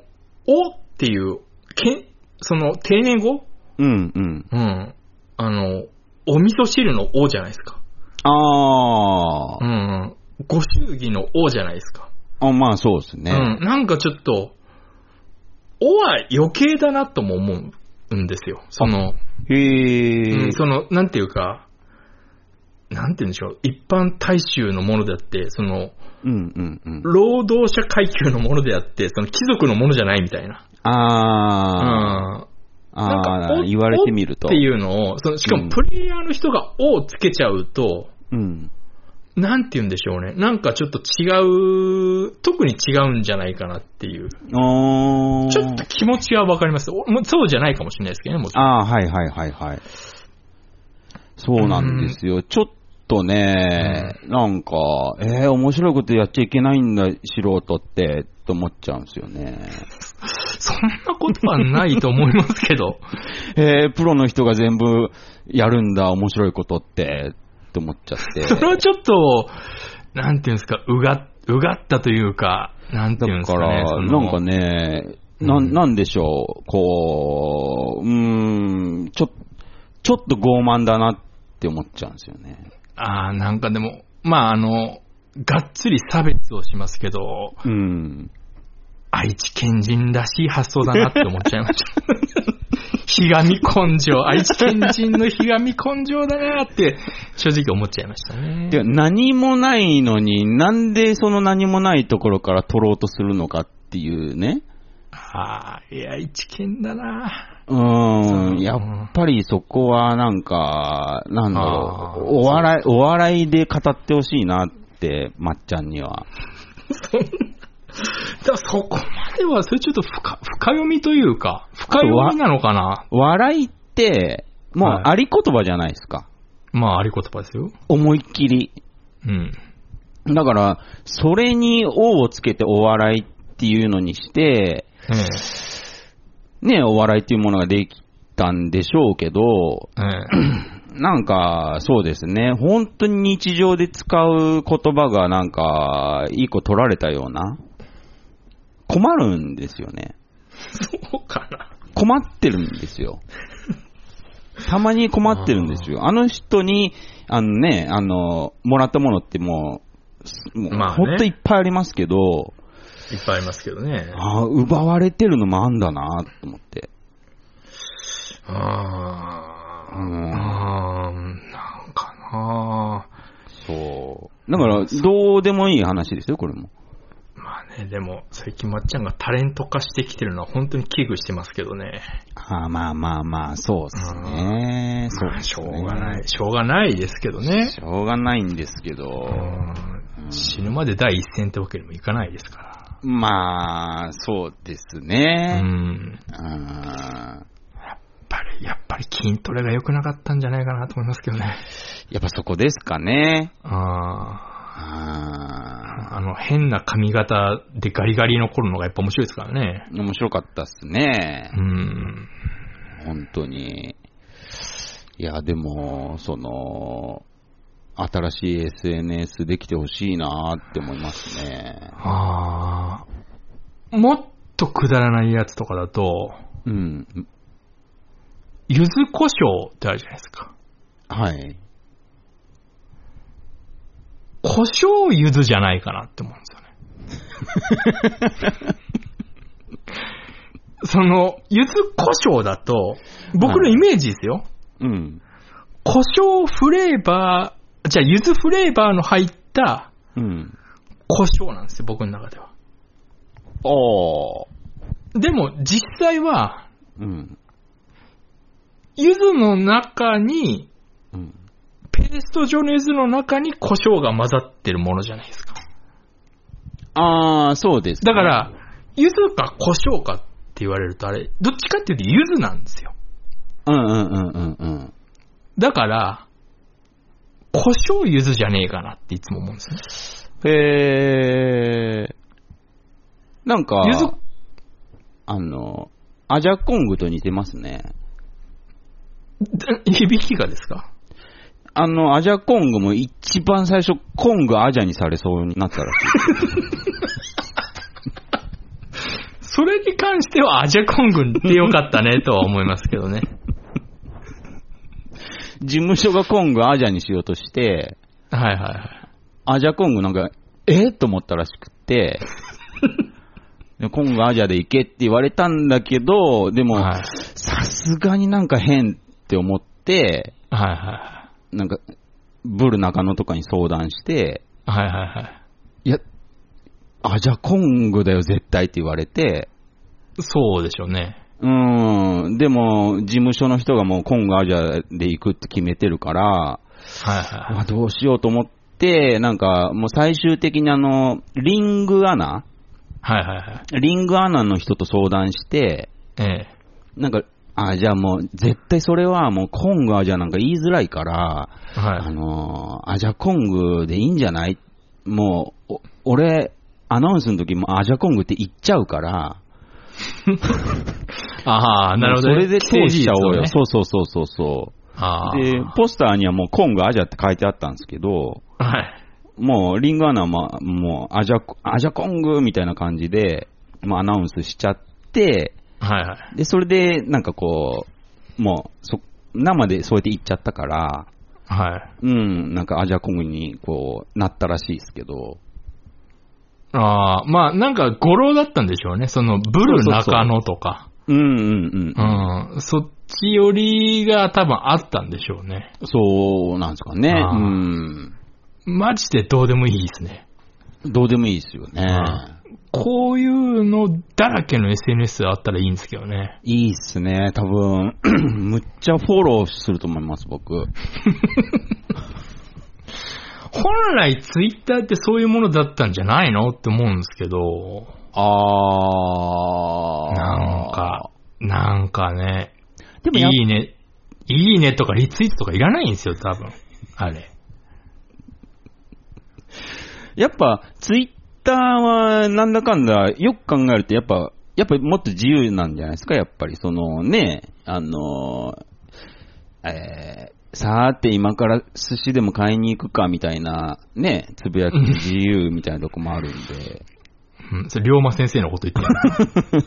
[SPEAKER 1] おっていう、け、その、丁寧語
[SPEAKER 2] うん、うん。
[SPEAKER 1] うん。あの、お味噌汁のおじゃないですか。
[SPEAKER 2] あ
[SPEAKER 1] う
[SPEAKER 2] ー。
[SPEAKER 1] ん。ご祝儀のおじゃないですか。
[SPEAKER 2] あまあ、そうですね。
[SPEAKER 1] うん。なんかちょっと、おは余計だなとも思うんですよ。その、
[SPEAKER 2] へえ、
[SPEAKER 1] うん、その、なんていうか、なんて言うんでしょう、一般大衆のものであって、その、
[SPEAKER 2] うん、うん、うん。
[SPEAKER 1] 労働者階級のものであって、その貴族のものじゃないみたいな。う
[SPEAKER 2] あー。
[SPEAKER 1] ん。
[SPEAKER 2] あ
[SPEAKER 1] お
[SPEAKER 2] ー、言われてみると。
[SPEAKER 1] おっていうのを、そのしか
[SPEAKER 2] う
[SPEAKER 1] も
[SPEAKER 2] ん
[SPEAKER 1] プレイヤーの人がおをつけちゃうと、
[SPEAKER 2] うん。
[SPEAKER 1] なんて言うんでしょうね。なんかちょっと違う、特に違うんじゃないかなっていう。
[SPEAKER 2] おー。
[SPEAKER 1] ちょっと気持ちはわかります。おもうそうじゃないかもしれないですけどね、もちろん。
[SPEAKER 2] ああ、はいはいはいはい。そうなんですよ。ちょっとね、なんか、えー、面白いことやっちゃいけないんだ、素人って、と思っちゃうんですよね。
[SPEAKER 1] そんなことはないと思いますけど。
[SPEAKER 2] えー、プロの人が全部やるんだ、面白いことって、と思っちゃって。
[SPEAKER 1] それはちょっと、なんていうんですか、うが、うがったというか、なんていうん
[SPEAKER 2] だ
[SPEAKER 1] です
[SPEAKER 2] か
[SPEAKER 1] かね。
[SPEAKER 2] ら、
[SPEAKER 1] その
[SPEAKER 2] なんかね、な、なんでしょう、こう、うーん、ちょ、ちょっと傲慢だなって思っちゃうんですよね。
[SPEAKER 1] ああ、なんかでも、まああの、がっつり差別をしますけど、
[SPEAKER 2] うん。
[SPEAKER 1] 愛知県人らしい発想だなって思っちゃいました。 ひがみ根性、愛知県人のひがみ根性だなって、正直思っちゃいましたね。
[SPEAKER 2] で何もないのに、なんでその何もないところから取ろうとするのかっていうね。
[SPEAKER 1] ああ、いや、愛知県だな。
[SPEAKER 2] うーん、
[SPEAKER 1] ん
[SPEAKER 2] やっぱりそこはなんか、なんだろ
[SPEAKER 1] あー
[SPEAKER 2] う、お笑い、お笑いで語ってほしいなって、まっちゃんには。
[SPEAKER 1] だからそこまでは、それちょっと深深読みというか、深読みなのかな。
[SPEAKER 2] 笑いって、もう
[SPEAKER 1] はい
[SPEAKER 2] あり言葉じゃないですか。
[SPEAKER 1] まあ、あり言葉ですよ。
[SPEAKER 2] 思いっきり。
[SPEAKER 1] うん。
[SPEAKER 2] だから、それに王をつけてお笑いっていうのにして、
[SPEAKER 1] え
[SPEAKER 2] ね、お笑いっていうものができたんでしょうけど、
[SPEAKER 1] ええ
[SPEAKER 2] なんか、そうですね、本当に日常で使う言葉がなんか、一個取られたような、困るんですよね。
[SPEAKER 1] そうかな。
[SPEAKER 2] 困ってるんですよ。たまに困ってるんですよ。あの人に、あのね、あの、もらったものってもうす、もう、
[SPEAKER 1] まあね
[SPEAKER 2] ほんといっぱいありますけど、
[SPEAKER 1] いっぱいありますけどね。
[SPEAKER 2] ああ、奪われてるのもあんだなと思って。
[SPEAKER 1] あ
[SPEAKER 2] う、
[SPEAKER 1] ーうんーん、なんかな
[SPEAKER 2] そう。だから、どうでもいい話ですよ、これも。
[SPEAKER 1] まあね、でも、最近まっちゃんがタレント化してきてるのは本当に危惧してますけどね。
[SPEAKER 2] ああまあまあまあ、そうっすね。そう、
[SPEAKER 1] まあしょうがない。。しょうがないですけどね。
[SPEAKER 2] しょうがないんですけど
[SPEAKER 1] う、ん死ぬまで第一線ってわけにもいかないですか
[SPEAKER 2] まあ、そうです
[SPEAKER 1] ら。う
[SPEAKER 2] ね。
[SPEAKER 1] ん。
[SPEAKER 2] うん
[SPEAKER 1] やっぱり、やっぱり筋トレが良くなかったんじゃないかなと思いますけどね。
[SPEAKER 2] やっぱそこですかね。
[SPEAKER 1] あ
[SPEAKER 2] あ
[SPEAKER 1] あ。あの、変な髪型でガリガリの頃のがやっぱ面白いですからね。
[SPEAKER 2] ー面白かったっすね
[SPEAKER 1] う。ん。
[SPEAKER 2] 本当に。いや、でも、その、新しい SNS できてほしいなーって思いますね。
[SPEAKER 1] ああ。もっとくだらないやつとかだと、
[SPEAKER 2] うん。
[SPEAKER 1] 柚子胡椒ってあるじゃないですか。
[SPEAKER 2] はい。
[SPEAKER 1] 胡椒柚子じゃないかなって思うんですよね。 その、柚子胡椒だと、僕のイメージですよ。
[SPEAKER 2] うん。
[SPEAKER 1] 胡椒フレーバー、じゃあ柚子フレーバーの入った
[SPEAKER 2] うん。
[SPEAKER 1] 胡椒なんですよ、僕の中では。
[SPEAKER 2] おー。
[SPEAKER 1] でも実際は、
[SPEAKER 2] うん。
[SPEAKER 1] 柚子の中に、
[SPEAKER 2] うん。
[SPEAKER 1] ペースト状の柚子の中に胡椒が混ざってるものじゃないですか。
[SPEAKER 2] あー、そうです、
[SPEAKER 1] だか、ら、柚子か胡椒かって言われるとあれ、どっちかっていうと柚子なんですよ。
[SPEAKER 2] うんうんうんうんうん。
[SPEAKER 1] だから、胡椒柚子じゃねえかなっていつも思うんですね。
[SPEAKER 2] へー。なんか、
[SPEAKER 1] 柚子、
[SPEAKER 2] あの、アジャコングと似てますね。
[SPEAKER 1] 響きがですか
[SPEAKER 2] あの、アジャコングも一番最初、コングアジャにされそうになったらしい。
[SPEAKER 1] それに関してはアジャコン軍でよかったねとは思いますけどね。
[SPEAKER 2] 事務所がコングアジャにしようとして、
[SPEAKER 1] はいはいはい。
[SPEAKER 2] アジャコングなんか、えと思ったらしく て、でコングアジャで行けって言われたんだけど、でも、
[SPEAKER 1] はい
[SPEAKER 2] さすがになんか変って思って、
[SPEAKER 1] はいは
[SPEAKER 2] なんか、ブル中野とかに相談して、
[SPEAKER 1] い。はいはいはい。
[SPEAKER 2] いや、アジャコングだよ絶対って言われて、
[SPEAKER 1] そうでしょうね。
[SPEAKER 2] うーん、でも、事務所の人がもうコングアジアで行くって決めてるから、
[SPEAKER 1] はいはい
[SPEAKER 2] ま
[SPEAKER 1] は
[SPEAKER 2] あ、どうしようと思って、なんか、もう最終的にあの、リングアナ
[SPEAKER 1] い。はいはいはい。
[SPEAKER 2] リングアナの人と相談して、
[SPEAKER 1] ええ。
[SPEAKER 2] なんか、あ、じゃあもう、絶対それはもうコングアジアなんか言いづらいから、あ
[SPEAKER 1] はい。
[SPEAKER 2] のーアジャコングでいいんじゃないもう、お俺、アナウンスの時もアジャコングって言っちゃうから、
[SPEAKER 1] ああ、なるほど、
[SPEAKER 2] も
[SPEAKER 1] ね。
[SPEAKER 2] うそれで通しちゃお
[SPEAKER 1] 既成事
[SPEAKER 2] うよ。
[SPEAKER 1] 実をね
[SPEAKER 2] そうそうそうそうそう。
[SPEAKER 1] ああ。
[SPEAKER 2] で、ポスターにはもうコングアジャって書いてあったんですけど、
[SPEAKER 1] はい。
[SPEAKER 2] もうリングアナはまもうアジャ、アジャコングみたいな感じで、もうアナウンスしちゃって、
[SPEAKER 1] はいはい。
[SPEAKER 2] で、それでなんかこう、もうそ、生でそうやって言っちゃったから、
[SPEAKER 1] はい。
[SPEAKER 2] うん、なんかアジャコングにこう、なったらしいですけど、
[SPEAKER 1] ああ、まあなんか語呂だったんでしょうね。その、ブル中野とか。
[SPEAKER 2] うんうん
[SPEAKER 1] う
[SPEAKER 2] うん。
[SPEAKER 1] ん。そっちよりが多分あったんでしょうね。
[SPEAKER 2] そうなんですかね。
[SPEAKER 1] あ
[SPEAKER 2] う
[SPEAKER 1] ー
[SPEAKER 2] ん。
[SPEAKER 1] マジでどうでもいいですね。
[SPEAKER 2] どうでもいいですよね。
[SPEAKER 1] あこういうのだらけの SNS あったらいいんですけどね。
[SPEAKER 2] いいっすね。多分、 むっちゃフォローすると思います、僕。
[SPEAKER 1] 本来ツイッターってそういうものだったんじゃないのって思うんですけど。
[SPEAKER 2] あー。
[SPEAKER 1] なんか、なんかね、
[SPEAKER 2] でもやっ
[SPEAKER 1] いいね、いいねとかリツイートとかいらないんですよ、多分。あれ。
[SPEAKER 2] やっぱ、ツイッターは、なんだかんだ、よく考えると、やっぱ、やっぱもっと自由なんじゃないですか、やっぱり。そのね、あのー、えー、さーて今から寿司でも買いに行くか、みたいな、ね、つぶやき自由みたいなとこもあるんで。
[SPEAKER 1] うん、それ、龍馬先生のこと言って る、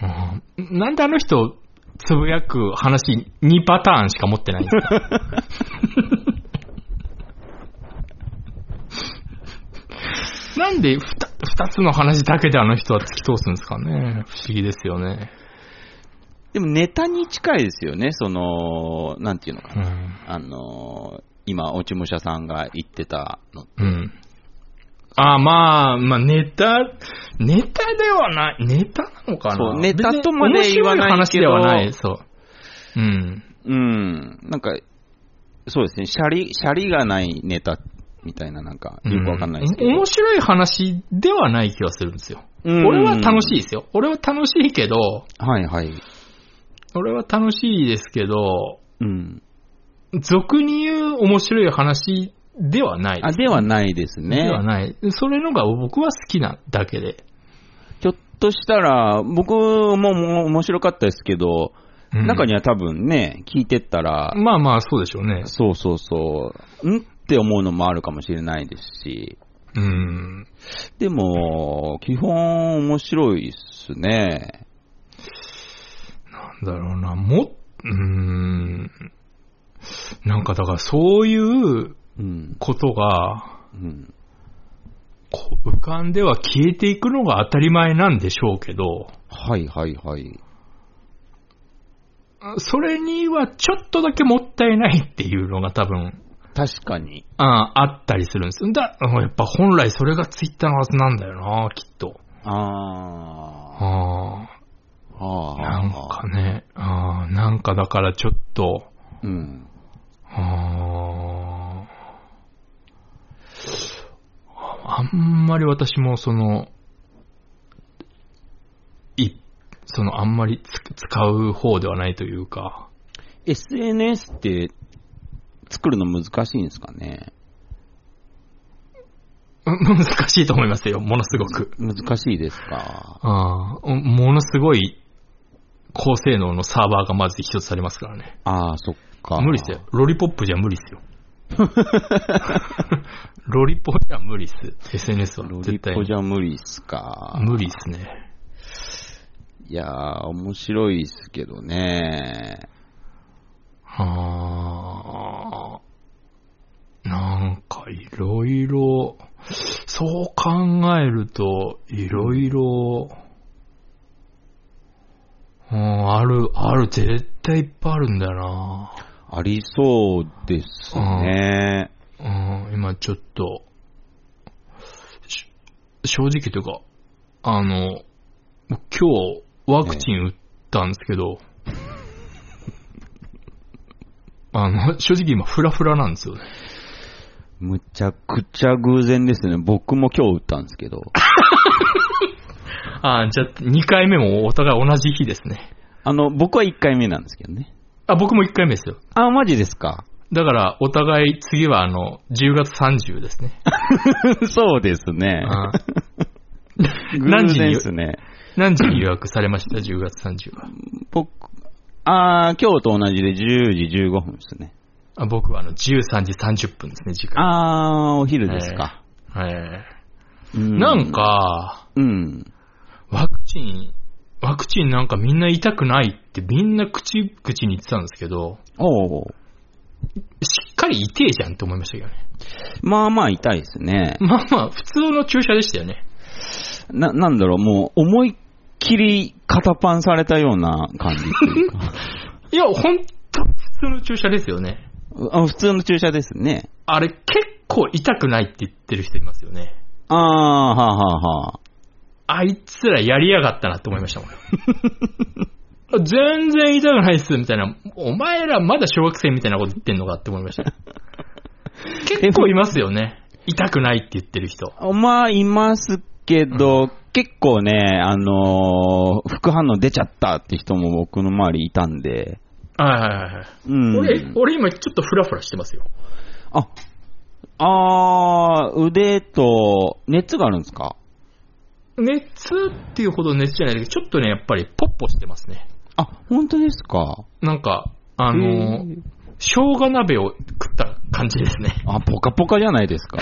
[SPEAKER 1] うんなんであの人、つぶやく話、2パターンしか持ってないんですか なんで 2, つの話だけであの人は突き通すんですかね不思議ですよね。
[SPEAKER 2] でもネタに近いですよね、その、なんていうのか
[SPEAKER 1] う
[SPEAKER 2] な。
[SPEAKER 1] ん。
[SPEAKER 2] あのー、今、落ち武者さんが言ってたの。
[SPEAKER 1] うん。ああ、まあ、まあ、ネタ、ネタではない、ネタなのかな
[SPEAKER 2] そうネタとまで言わな
[SPEAKER 1] 別に面白
[SPEAKER 2] いけど
[SPEAKER 1] い話ではない、そう。うん。
[SPEAKER 2] うん。なんか、そうですね、シャリ、シャリがないネタみたいな、なんか、
[SPEAKER 1] うん
[SPEAKER 2] よくわかんないですけど。
[SPEAKER 1] 面白い話ではない気がするんですよ。
[SPEAKER 2] うん
[SPEAKER 1] 俺は楽しいですよ。俺は楽しいけど、
[SPEAKER 2] はいはい。
[SPEAKER 1] 俺は楽しいですけど、
[SPEAKER 2] うん。
[SPEAKER 1] 俗に言う面白い話ではない
[SPEAKER 2] あ、ではないです
[SPEAKER 1] で
[SPEAKER 2] ね。
[SPEAKER 1] はない。それのが僕は好きなだけで。
[SPEAKER 2] ひょっとしたら、僕ももう面白かったですけど、
[SPEAKER 1] うん
[SPEAKER 2] 中には多分ね、聞いてったら、
[SPEAKER 1] まあまあ、そうでしょうね。
[SPEAKER 2] そうそうそう、んって思うのもあるかもしれないですし、
[SPEAKER 1] うん。
[SPEAKER 2] でも、基本面白いっすね。
[SPEAKER 1] なんだろうな、も、うーん。なんかだからそういう
[SPEAKER 2] うん。
[SPEAKER 1] ことが、
[SPEAKER 2] うん。
[SPEAKER 1] こう浮かんでは消えていくのが当たり前なんでしょうけど、
[SPEAKER 2] はいはいはい。
[SPEAKER 1] それにはちょっとだけもったいないっていうのが多分、
[SPEAKER 2] 確かに。
[SPEAKER 1] ああったりするんです。だ、やっぱ本来それがツイッターのはずなんだよな、きっと。
[SPEAKER 2] あ
[SPEAKER 1] あ
[SPEAKER 2] ーあ
[SPEAKER 1] あ、
[SPEAKER 2] ー。
[SPEAKER 1] なんかね、ああ、なんかだからちょっと、
[SPEAKER 2] うん。
[SPEAKER 1] ああ、あんまり私もその、い、そのあんまりつ使う方ではないというか、
[SPEAKER 2] SNS って作るの難しいんですかね
[SPEAKER 1] うん難しいと思いますよ、ものすごく。
[SPEAKER 2] 難しいですか
[SPEAKER 1] ああ、ものすごい高性能のサーバーがまず一つありますからね。
[SPEAKER 2] ああ、そっか。
[SPEAKER 1] 無理っすよ。。ロリポップじゃ無理っ すよ。ロリポじゃ無理っす。SNS は
[SPEAKER 2] ロ
[SPEAKER 1] 絶
[SPEAKER 2] リ
[SPEAKER 1] 対
[SPEAKER 2] ポじゃ無理っすか。
[SPEAKER 1] 無理っすね。
[SPEAKER 2] いやー、面白いっすけどね。
[SPEAKER 1] あーなんかいろいろ、そう考えるといろいろ、うん、ある、ある、絶対いっぱいあるんだよな。
[SPEAKER 2] ありそうですね。
[SPEAKER 1] うん、今ちょっと、し正直というか、あの、今日ワクチン打ったんですけ ど、あの、正直今フラフラなんですよね。
[SPEAKER 2] むちゃくちゃ偶然ですね。僕も今日打ったんですけど。
[SPEAKER 1] あじゃあ2回目もお互い同じ日ですね。
[SPEAKER 2] あの、僕は1回目なんですけどね。
[SPEAKER 1] あ、僕も1回目ですよ。
[SPEAKER 2] あ、マジで すか
[SPEAKER 1] だから、お互い次はあの、10月30ですね。
[SPEAKER 2] そうですね。
[SPEAKER 1] あ
[SPEAKER 2] 偶然ですね。
[SPEAKER 1] 何時に予約されました ?10 月30は。
[SPEAKER 2] 僕、あー、今日と同じで10時15分ですね。
[SPEAKER 1] あ僕はあの、13時30分ですね、時間。
[SPEAKER 2] あー、お昼ですか。
[SPEAKER 1] はい。
[SPEAKER 2] う
[SPEAKER 1] なん、か、
[SPEAKER 2] うん。
[SPEAKER 1] ワクチン、ワクチンなんかみんな痛くないってみんな口々に言ってたんですけど、
[SPEAKER 2] おう
[SPEAKER 1] しっかり痛えじゃんって思いましたけどね。
[SPEAKER 2] まあまあ痛いですね。
[SPEAKER 1] まあまあ、普通の注射でしたよね。
[SPEAKER 2] な、なんだろう、もう思いっきり肩パンされたような感じって いうか
[SPEAKER 1] いや、ほんと普通の注射ですよね。
[SPEAKER 2] あ普通の注射ですね。
[SPEAKER 1] あれ結構痛くないって言ってる人いますよね。
[SPEAKER 2] あー、はあはあはあ。
[SPEAKER 1] あいつらやりやがったなって思いましたもん。 全然痛くないっす、みたいな。お前らまだ小学生みたいなこと言ってんのかって思いま した。結構いますよね。痛くないって言ってる人。
[SPEAKER 2] まあ、いますけど、結構ね、あのー副反応出ちゃったって人も僕の周りいたんで、
[SPEAKER 1] はいはいはいはい。
[SPEAKER 2] うん。
[SPEAKER 1] 俺、俺今ちょっとフラフラしてますよ。
[SPEAKER 2] あ、あー、腕と、熱があるんですか
[SPEAKER 1] 熱っていうほど熱じゃないけど、ちょっとね、やっぱりポッポしてますね。
[SPEAKER 2] あ、本当ですか
[SPEAKER 1] なんか、あの
[SPEAKER 2] へー、
[SPEAKER 1] 生姜鍋を食った感じですね。
[SPEAKER 2] あ、ポカポカじゃないですか。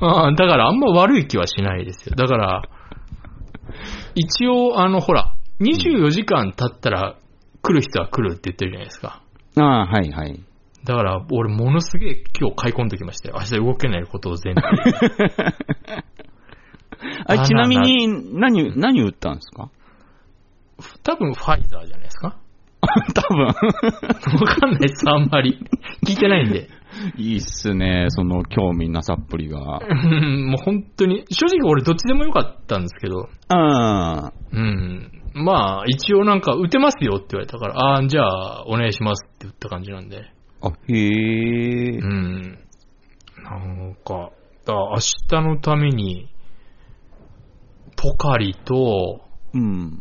[SPEAKER 1] あーだからあんま悪い気はしないですよ。だから、一応、あの、ほら、24時間経ったら来る人は来るって言ってるじゃないですか。
[SPEAKER 2] あー、はいはい。
[SPEAKER 1] だから、俺ものすげえ今日買い込んできましたよ。明日動けないことを前提 に
[SPEAKER 2] あちなみに、何、何打ったんですか
[SPEAKER 1] 多分ファイザーじゃないですか。
[SPEAKER 2] 多分。
[SPEAKER 1] わかんないです、あんまり。聞いてないんで。
[SPEAKER 2] いいっすね、その興味なさっぷりが。
[SPEAKER 1] うんもう本当に、正直俺どっちでもよかったんですけど、
[SPEAKER 2] あ
[SPEAKER 1] うん。まあ、一応なんか、打てますよって言われたから、ああ、じゃあ、お願いしますって言った感じなんで。
[SPEAKER 2] ーあ、へえ
[SPEAKER 1] う。ん。なんか、だ明日のために、ポカリと、
[SPEAKER 2] うん。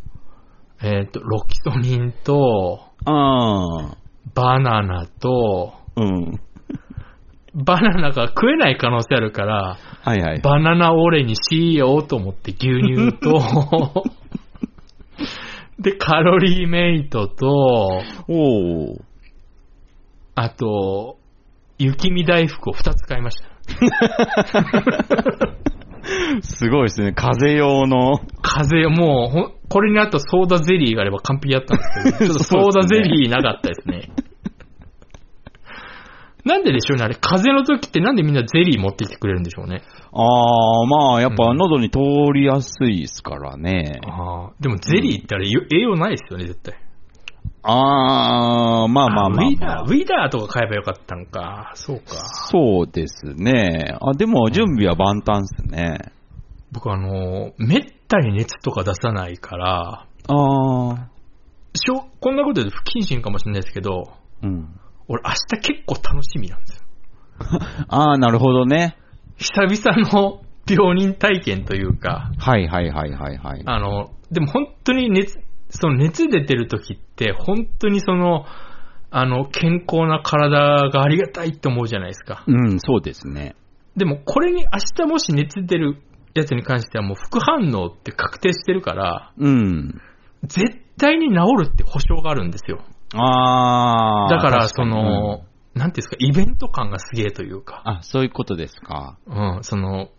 [SPEAKER 1] えっ、と、ロキソニンと、
[SPEAKER 2] ああ、
[SPEAKER 1] バナナと、
[SPEAKER 2] うん。
[SPEAKER 1] バナナが食えない可能性あるから、
[SPEAKER 2] はいはい。
[SPEAKER 1] バナナオレにしようと思って牛乳 と、で、カロリーメイトと、
[SPEAKER 2] おお。
[SPEAKER 1] あと、雪見大福を2つ買いました。
[SPEAKER 2] すごいですね、風邪用の。
[SPEAKER 1] 風邪、もうほん、これにあとソーダゼリーがあれば完璧だったんですけ ど、ちょっとソーダゼリーなかったですね。なんででしょうね、あれ、風邪の時ってなんでみんなゼリー持ってきてくれるんでしょうね。
[SPEAKER 2] ああ、まあ、やっぱ
[SPEAKER 1] うん
[SPEAKER 2] 喉に通りやすいですからね。
[SPEAKER 1] ああ、でもゼリーってあれ、よ栄養ないですよね、絶対。
[SPEAKER 2] ああ、まあまあまあ、
[SPEAKER 1] ウィ
[SPEAKER 2] ま
[SPEAKER 1] ダー、
[SPEAKER 2] あ
[SPEAKER 1] ウ。ィダーとか買えばよかったんか。そうか。
[SPEAKER 2] そうですね。あ、でも準備は万端ですね。
[SPEAKER 1] 僕あの、めったに熱とか出さないから、
[SPEAKER 2] ああ、
[SPEAKER 1] しょこんなこと言うと不謹慎かもしれないですけど、
[SPEAKER 2] うん。
[SPEAKER 1] 俺明日結構楽しみなんですよ。
[SPEAKER 2] ああ、なるほどね。
[SPEAKER 1] 久々の病人体験というか、
[SPEAKER 2] はいはいはいはいはい。
[SPEAKER 1] あの、でも本当に熱、その熱出てる時って、本当にその、あの、健康な体がありがたいって思うじゃないですか。
[SPEAKER 2] うん、そうですね。
[SPEAKER 1] でもこれに明日もし熱出るやつに関してはもう副反応って確定してるから、
[SPEAKER 2] うん。
[SPEAKER 1] 絶対に治るって保証があるんですよ。
[SPEAKER 2] ああ。
[SPEAKER 1] だから、
[SPEAKER 2] 確
[SPEAKER 1] そ
[SPEAKER 2] に
[SPEAKER 1] の、なんていうんですか、イベント感がすげえというか、
[SPEAKER 2] あ、そういうことですか。
[SPEAKER 1] うん、その、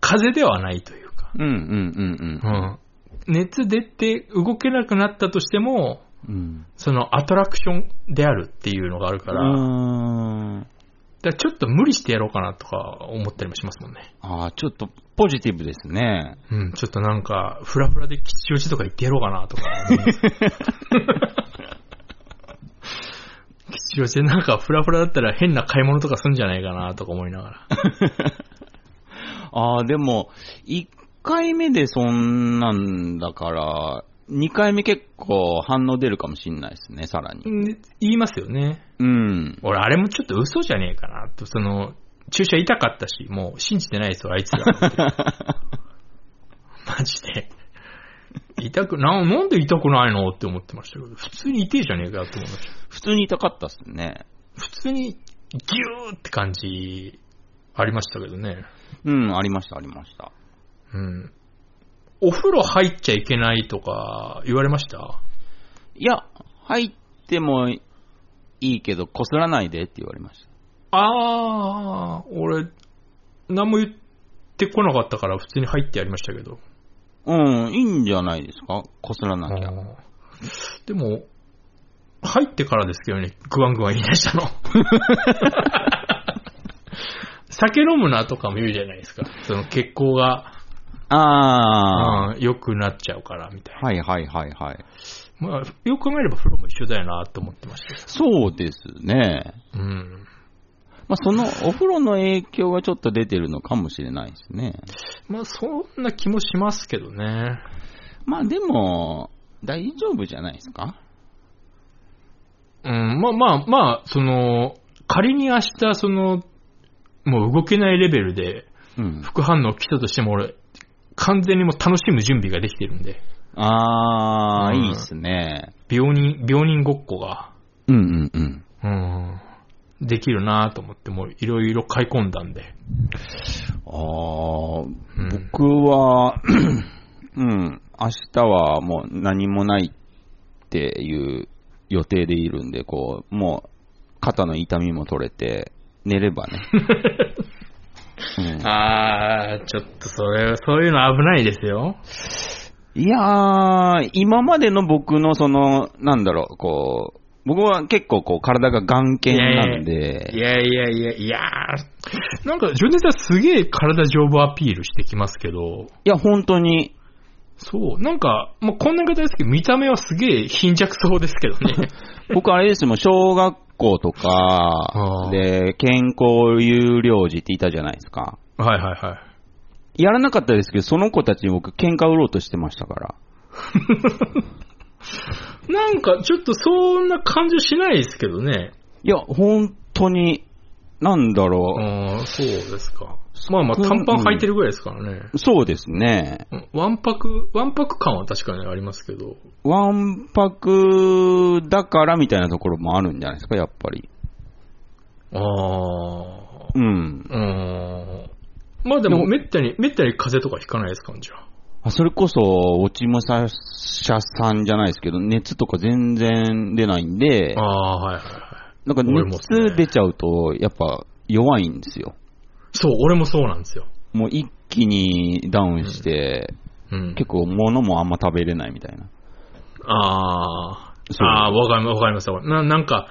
[SPEAKER 1] 風邪ではないというか、
[SPEAKER 2] うんうん
[SPEAKER 1] う
[SPEAKER 2] うん
[SPEAKER 1] ん。熱出て動けなくなったとしても、
[SPEAKER 2] うん。うん。
[SPEAKER 1] そのアトラクションであるっていうのがあるから、だか
[SPEAKER 2] うーん。
[SPEAKER 1] らちょっと無理してやろうかなとか思ったりもしますもんね。
[SPEAKER 2] ああ、ちょっとポジティブですね。
[SPEAKER 1] うん、ちょっとなんか、フラフラで吉祥寺とか行ってやろうかなとか思 います。吉祥寺でなんかフラフラだったら変な買い物とかすんじゃないかなとか思いながら。
[SPEAKER 2] ああ、でも、1回目でそんなんだから、2回目結構反応出るかもしんないですね、さらに。
[SPEAKER 1] ん言いますよね。
[SPEAKER 2] うん。
[SPEAKER 1] 俺、あれもちょっと嘘じゃねえかなと、その、注射痛かったし、もう信じてないですよ、あいつら。マジで。痛く、な、なんで痛くないのって思ってましたけど、普通に痛いじゃねえかよって思いました。
[SPEAKER 2] 普通に痛かったっすね。
[SPEAKER 1] 普通に、ギューって感じ、ありましたけどね。
[SPEAKER 2] うん、ありました、ありました。
[SPEAKER 1] うん。お風呂入っちゃいけないとか、言われました
[SPEAKER 2] いや、入ってもいいけど、こすらないでって言われました。
[SPEAKER 1] あー、俺、何も言ってこなかったから、普通に入ってやりましたけど。
[SPEAKER 2] うん、いいんじゃないですかこすら
[SPEAKER 1] あ
[SPEAKER 2] なきゃ。
[SPEAKER 1] ーでも、入ってからですけどね、グワングワン言い出した の。酒飲むなとかも言うじゃないですか。その血行が、
[SPEAKER 2] ああ、
[SPEAKER 1] うん良くなっちゃうから、みたいな。
[SPEAKER 2] はいはいはいはい。
[SPEAKER 1] まあ、よく考えれば風呂も一緒だよなと思ってましたけ
[SPEAKER 2] そうですね。
[SPEAKER 1] ど。うん。
[SPEAKER 2] まあ、そのお風呂の影響がちょっと出てるのかもしれないですね。
[SPEAKER 1] まあ、そんな気もしますけどね。
[SPEAKER 2] まあでも、大丈夫じゃないですか
[SPEAKER 1] うん、まあまあまあ、その、仮に明日、その、もう動けないレベルで
[SPEAKER 2] うん。
[SPEAKER 1] 副反応来たとしても俺、完全にもう楽しむ準備ができてるんで、
[SPEAKER 2] あー、
[SPEAKER 1] うん
[SPEAKER 2] いいっすね。
[SPEAKER 1] 病人、病人ごっこが、
[SPEAKER 2] うんうんうん。
[SPEAKER 1] うん、できるなと思って、もういろいろ買い込んだんで。
[SPEAKER 2] ああ、
[SPEAKER 1] うん
[SPEAKER 2] 僕は、うん、明日はもう何もないっていう予定でいるんで、こう、もう肩の痛みも取れて、寝れ ばね。うん
[SPEAKER 1] あー、ちょっとそれ、そういうの危ないですよ。
[SPEAKER 2] いやー、今までの僕のその、なんだろう、こう、僕は結構こう、体が眼
[SPEAKER 1] い
[SPEAKER 2] 見なん
[SPEAKER 1] い
[SPEAKER 2] で、
[SPEAKER 1] やいやいや、いやーなんか、純烈はすげえ体丈夫アピールしてきますけど、
[SPEAKER 2] いや、本当に、
[SPEAKER 1] そう、なんか、まあ、こんな言い方ですけど、見た目はすげえ貧弱そうですけどね。
[SPEAKER 2] 僕あれですもん、小学校とか
[SPEAKER 1] あー
[SPEAKER 2] で、健康有料児っていたじゃないですか。
[SPEAKER 1] はいはいはい。
[SPEAKER 2] やらなかったですけど、その子たちに僕、喧嘩売ろうとしてましたから。
[SPEAKER 1] なんか、ちょっとそんな感じしないですけどね。
[SPEAKER 2] いや、本当に、なんだろ
[SPEAKER 1] ああ、そうですか。まあまあ、短パン履いてるぐらいですからね。
[SPEAKER 2] う、そうですね。
[SPEAKER 1] うんわんぱく、わんぱく感は確かにありますけど。
[SPEAKER 2] わんぱくだからみたいなところもあるんじゃないですか、やっぱり。
[SPEAKER 1] ああ、
[SPEAKER 2] うん。
[SPEAKER 1] うん。まあでも、めったに、めったに風邪とかひかないですかじゃあ。
[SPEAKER 2] あそれこそ、落ち武者さんじゃないですけど、熱とか全然出ないんで、
[SPEAKER 1] ああ、はいはいはい。
[SPEAKER 2] なんか
[SPEAKER 1] 俺もっすね
[SPEAKER 2] 熱出ちゃうと、やっぱ弱いんですよ。
[SPEAKER 1] そう、俺もそうなんですよ。
[SPEAKER 2] もう一気にダウンして、
[SPEAKER 1] うん。
[SPEAKER 2] 結構物もあんま食べれないみたいな。
[SPEAKER 1] あ
[SPEAKER 2] そ
[SPEAKER 1] あ、
[SPEAKER 2] う
[SPEAKER 1] ああ、わかりわかりました。な、なんか、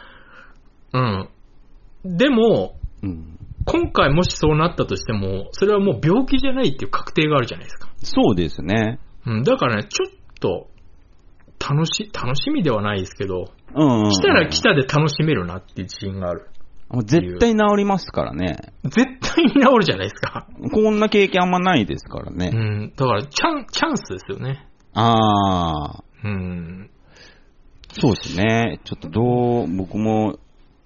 [SPEAKER 1] うん。でも、
[SPEAKER 2] うん、
[SPEAKER 1] 今回もしそうなったとしても、それはもう病気じゃないっていう確定があるじゃないですか。
[SPEAKER 2] そうですね。
[SPEAKER 1] うん、だからね、ちょっと、楽し、楽しみではないですけど、
[SPEAKER 2] うんうんうん、
[SPEAKER 1] 来たら来たで楽しめるなっていう自信がある。
[SPEAKER 2] もう絶対治りますからね。
[SPEAKER 1] 絶対に治るじゃないですか。
[SPEAKER 2] こんな経験あんまないですから
[SPEAKER 1] う
[SPEAKER 2] ね。
[SPEAKER 1] ん、だから、チャン、チャンスですよね。
[SPEAKER 2] ああ、
[SPEAKER 1] うん。
[SPEAKER 2] そうですね。ちょっとどう、僕も、う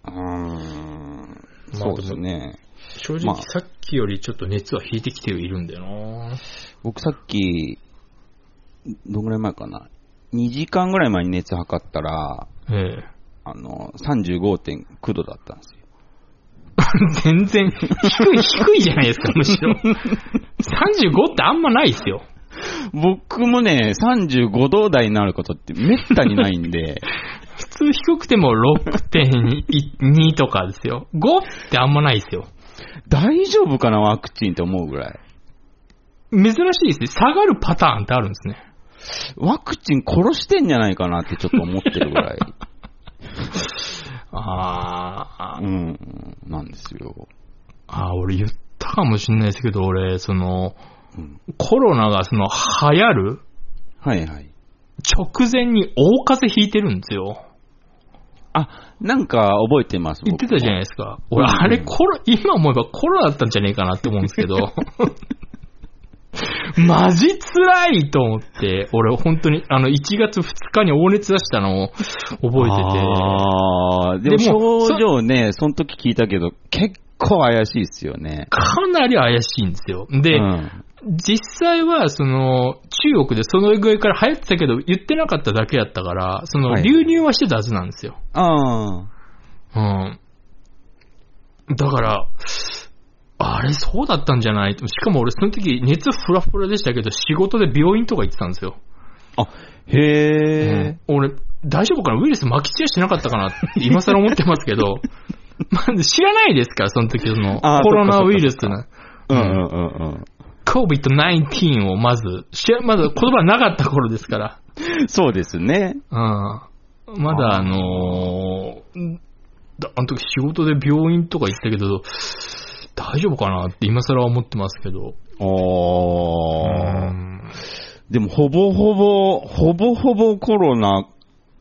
[SPEAKER 2] ーん、そうですね。
[SPEAKER 1] 正直、
[SPEAKER 2] まあ
[SPEAKER 1] さっきよりちょっと熱は引いてきているんだよな
[SPEAKER 2] 僕さっき、どんぐらい前かな。2時間ぐらい前に熱測ったら、
[SPEAKER 1] え え。
[SPEAKER 2] あの、35.9度だったんですよ。
[SPEAKER 1] 全然、低い、 低いじゃないですか、むしろ。35ってあんまないですよ。
[SPEAKER 2] 僕もね、35度台になることってめったにないんで、
[SPEAKER 1] 普通低くても6.2とかですよ。5ってあんまないですよ。
[SPEAKER 2] 大丈夫かな、ワクチンって思うぐらい。
[SPEAKER 1] 珍しいですね。下がるパターンってあるんですね。
[SPEAKER 2] ワクチン殺してんじゃないかなってちょっと思ってるぐ らい。
[SPEAKER 1] あ
[SPEAKER 2] う
[SPEAKER 1] ー
[SPEAKER 2] ん、なんですよ。
[SPEAKER 1] あー、俺言ったかもしれないですけど、俺、その、
[SPEAKER 2] うん
[SPEAKER 1] コロナがその、流行る
[SPEAKER 2] はいはい。
[SPEAKER 1] 直前に大風邪ひいてるんですよ。
[SPEAKER 2] あ、なんか覚えてます、
[SPEAKER 1] 言ってたじゃない
[SPEAKER 2] い
[SPEAKER 1] ですか。
[SPEAKER 2] うん
[SPEAKER 1] 俺、あれコロ、今思えばコロナだったんじゃねえかなって思うんですけ ど。マジ辛いと思って、俺本当に、あの、1月2日に大熱出したのを覚え
[SPEAKER 2] あーでも
[SPEAKER 1] でも
[SPEAKER 2] 症状ね、その時聞いたけど、結構怪しいですよね。
[SPEAKER 1] てて、かなり怪しいんですよ。で、
[SPEAKER 2] うん、
[SPEAKER 1] 実際は、その、中国でそのぐらいから流行ってたけど、言ってなかっただけやったから、そ
[SPEAKER 2] は
[SPEAKER 1] の、
[SPEAKER 2] い
[SPEAKER 1] 流入はしてたはずなんですよ。
[SPEAKER 2] あ
[SPEAKER 1] うん。だから、あれそうだったんじゃないしかも俺その時熱フラフラでしたけど、仕事で病院とか行ってたんですよ。
[SPEAKER 2] あ。あ、へえ、
[SPEAKER 1] うん俺、大丈夫かなウイルス巻き散らしてなかったかなって今更思ってますけ ど、まあ知らないですから、その時その、
[SPEAKER 2] あー
[SPEAKER 1] コロナウイルス
[SPEAKER 2] そっか
[SPEAKER 1] の、
[SPEAKER 2] うんうんうんうん。
[SPEAKER 1] COVID-19 をまず、知らまだ言葉なかった頃ですから。
[SPEAKER 2] そうですね。
[SPEAKER 1] うん。まだあのー、だあの時仕事で病院とか行ったけど、大丈夫かなって今更は思ってますけど。
[SPEAKER 2] お
[SPEAKER 1] う
[SPEAKER 2] ー。
[SPEAKER 1] ん
[SPEAKER 2] でも、ほぼほぼ、ほぼほぼコロナ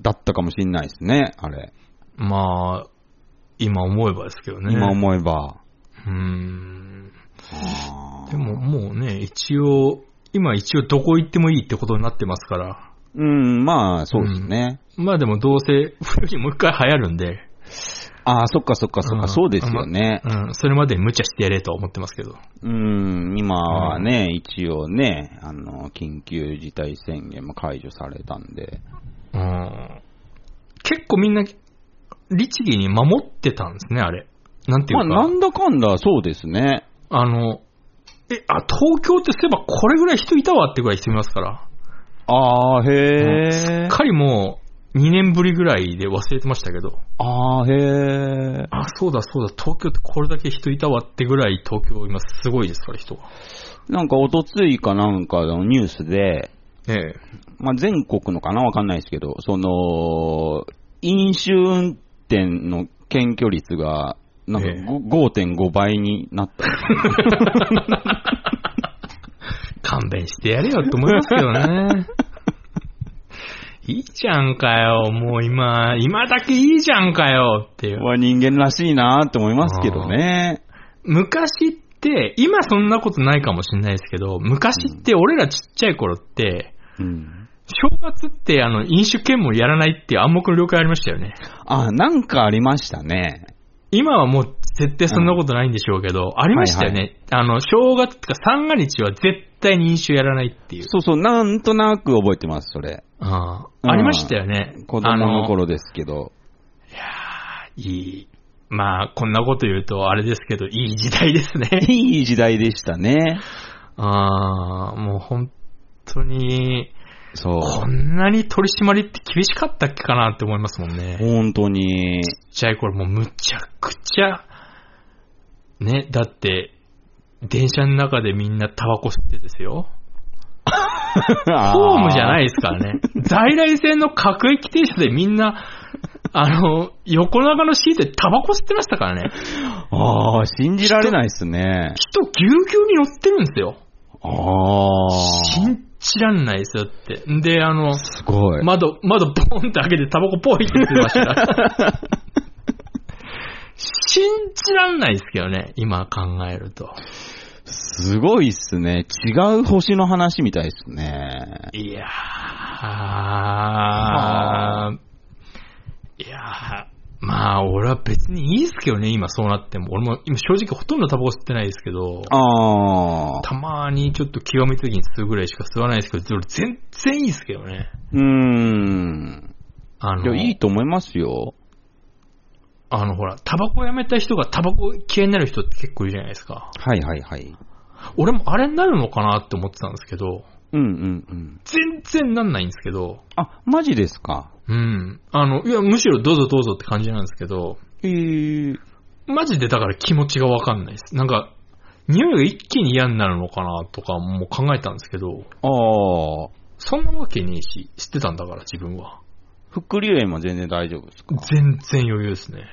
[SPEAKER 2] だったかもしれないですね、あれ。
[SPEAKER 1] まあ、今思えばですけどね。
[SPEAKER 2] 今思えば。
[SPEAKER 1] うん。
[SPEAKER 2] あー
[SPEAKER 1] でももうね、一応、今一応どこ行ってもいいってことになってますから。
[SPEAKER 2] うん、まあ、そうですね。
[SPEAKER 1] まあでもどうせ冬にもう一回流行るんで、
[SPEAKER 2] ああ、そっかそっかそっ
[SPEAKER 1] う
[SPEAKER 2] か、
[SPEAKER 1] ん
[SPEAKER 2] そうですよね。
[SPEAKER 1] うん、それまでに無茶してやれと思ってますけど。
[SPEAKER 2] うん、今はね、一応ね、あの、緊急事態宣言も解除されたんで。
[SPEAKER 1] うん。結構みんな、律儀に守ってたんですね、あれ。なんていう
[SPEAKER 2] まあ、
[SPEAKER 1] か、
[SPEAKER 2] なんだかんだそうですね。
[SPEAKER 1] あの、え、あ、東京ってそういえばこれぐらい人いたわってぐらい人いますから。
[SPEAKER 2] あー、
[SPEAKER 1] うんす
[SPEAKER 2] へ
[SPEAKER 1] っ
[SPEAKER 2] ー。
[SPEAKER 1] かりもう2年ぶりぐらいで忘れてましたけど。
[SPEAKER 2] あー、へー。
[SPEAKER 1] あ、そうだそうだ、東京ってこれだけ人いたわってぐらい東京今すごいですから人が。
[SPEAKER 2] なんか、おとついかなんかのニュースで、
[SPEAKER 1] ええ。
[SPEAKER 2] まあ、全国のかなわかんないですけど、その、飲酒運転の検挙率が、なんか
[SPEAKER 1] ええ
[SPEAKER 2] ご5.5倍になった。
[SPEAKER 1] 勘弁してやれよって思いますけどね。 いいじゃんかよ、もう今、今だけいいじゃんかよっていう。
[SPEAKER 2] は人間らしいなって思いますけどね。
[SPEAKER 1] 昔って、今そんなことないかもしれないですけど、昔って俺らちっちゃい頃って、
[SPEAKER 2] うん。
[SPEAKER 1] 正月ってあの、飲酒券もやらないっていう暗黙の了解ありましたよね。
[SPEAKER 2] あ、なんかありましたね。
[SPEAKER 1] 今はもう絶対そんなことないんでしょうけど、ありましたよね。あの、正月とか三が日は絶対に飲酒やらないっていう。
[SPEAKER 2] そうそう、なんとなく覚えてます、それ。
[SPEAKER 1] あ
[SPEAKER 2] うん
[SPEAKER 1] あありましたよね。
[SPEAKER 2] 子供
[SPEAKER 1] あ
[SPEAKER 2] の頃ですけど。
[SPEAKER 1] いい。まあ、こんなこと言うとあれですけど、いい時代ですね。
[SPEAKER 2] いい時代でしたね。
[SPEAKER 1] ああ、もう本当に、
[SPEAKER 2] そう。
[SPEAKER 1] こんなに取り締まりって厳しかったっけかなって思いますもんね。ちっ
[SPEAKER 2] 本当に。。
[SPEAKER 1] ちゃい頃もうむちゃくちゃ、ね、だって、電車の中でみんなタバコ吸ってですよ。ホームじゃないいですからね。在来線の各駅停車でみんな、あの、横長のシートでタバコ吸ってましたからね。
[SPEAKER 2] ああ、信じられないですね。
[SPEAKER 1] 人ぎゅうぎゅうに乗ってるんですよ。
[SPEAKER 2] ああ。
[SPEAKER 1] 信じらんないですよって。で、あの、
[SPEAKER 2] すごい。
[SPEAKER 1] 窓、窓ポンって開けてタバコポイって吸ってましたから。信じらんないですけどね、今考えると。
[SPEAKER 2] すごいっすね。違う星の話みたいっすね。
[SPEAKER 1] いやー。いやー。まあ、俺は別にいいですけどね、今そうなっても。俺も今正直ほとんどタバコ吸ってないですけど、
[SPEAKER 2] ああ。
[SPEAKER 1] たまにちょっと極めつぎに吸うぐらいしか吸わないですけど、俺全然いいですけどね。
[SPEAKER 2] うーん。
[SPEAKER 1] あ
[SPEAKER 2] い
[SPEAKER 1] の、
[SPEAKER 2] や、いいと思いますよ。
[SPEAKER 1] あの、ほら、タバコやめた人がタバコ嫌いになる人って結構いるじゃないですか。
[SPEAKER 2] はいはいはい。
[SPEAKER 1] 俺もあれになるのかなって思ってたんですけど、
[SPEAKER 2] うんうんうん。
[SPEAKER 1] 全然なんないんですけど、
[SPEAKER 2] あ、マジですか。
[SPEAKER 1] うん。あの、いや、むしろどうぞどうぞって感じなんですけど、
[SPEAKER 2] ええ
[SPEAKER 1] マジでだから気持ちがわかんないです。なんか、匂いが一気に嫌になるのかなとかも考えたんですけど、
[SPEAKER 2] ああ。
[SPEAKER 1] そんなわけねえし、知ってたんだから自分は。
[SPEAKER 2] 副流炎も全然大丈夫ですか
[SPEAKER 1] 全然余裕ですね。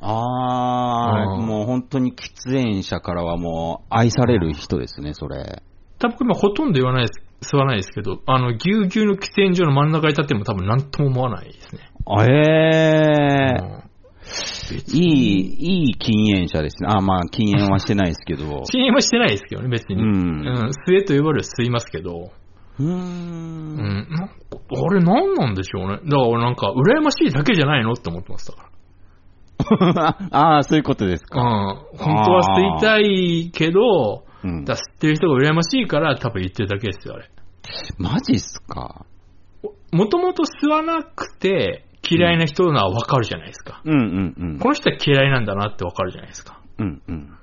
[SPEAKER 2] ああ、
[SPEAKER 1] うん
[SPEAKER 2] もう本当に喫煙者からはもう愛される人ですね、それ。
[SPEAKER 1] タバコ今ほとんど言わないです、吸わないですけど、あの、ぎゅうぎゅうの喫煙所の真ん中に立っても多分なんとも思わないですね。
[SPEAKER 2] あええ
[SPEAKER 1] うん別
[SPEAKER 2] い
[SPEAKER 1] に
[SPEAKER 2] い、いい禁煙者ですね。あまあ禁煙はしてないですけ ど。
[SPEAKER 1] CM はしてないですけどね、別
[SPEAKER 2] う。
[SPEAKER 1] に。うんん、吸えと呼ばれる吸いますけど、
[SPEAKER 2] うー。
[SPEAKER 1] うんん、なんかあれ何なんでしょうね。だから俺なんか、羨ましいだけじゃないのって思ってますだか
[SPEAKER 2] ああ、そういうことですか。
[SPEAKER 1] ら。うん、本当は吸いたいけど、
[SPEAKER 2] うん
[SPEAKER 1] だから吸ってる人が羨ましいから多分言ってるだけですよ、あれ。
[SPEAKER 2] マジっすか。
[SPEAKER 1] もともと吸わなくて嫌いな人ならわかるじゃないですか。
[SPEAKER 2] うんうんうん
[SPEAKER 1] こ。の人は嫌いなんだなってわかるじゃないですか。
[SPEAKER 2] うんうん。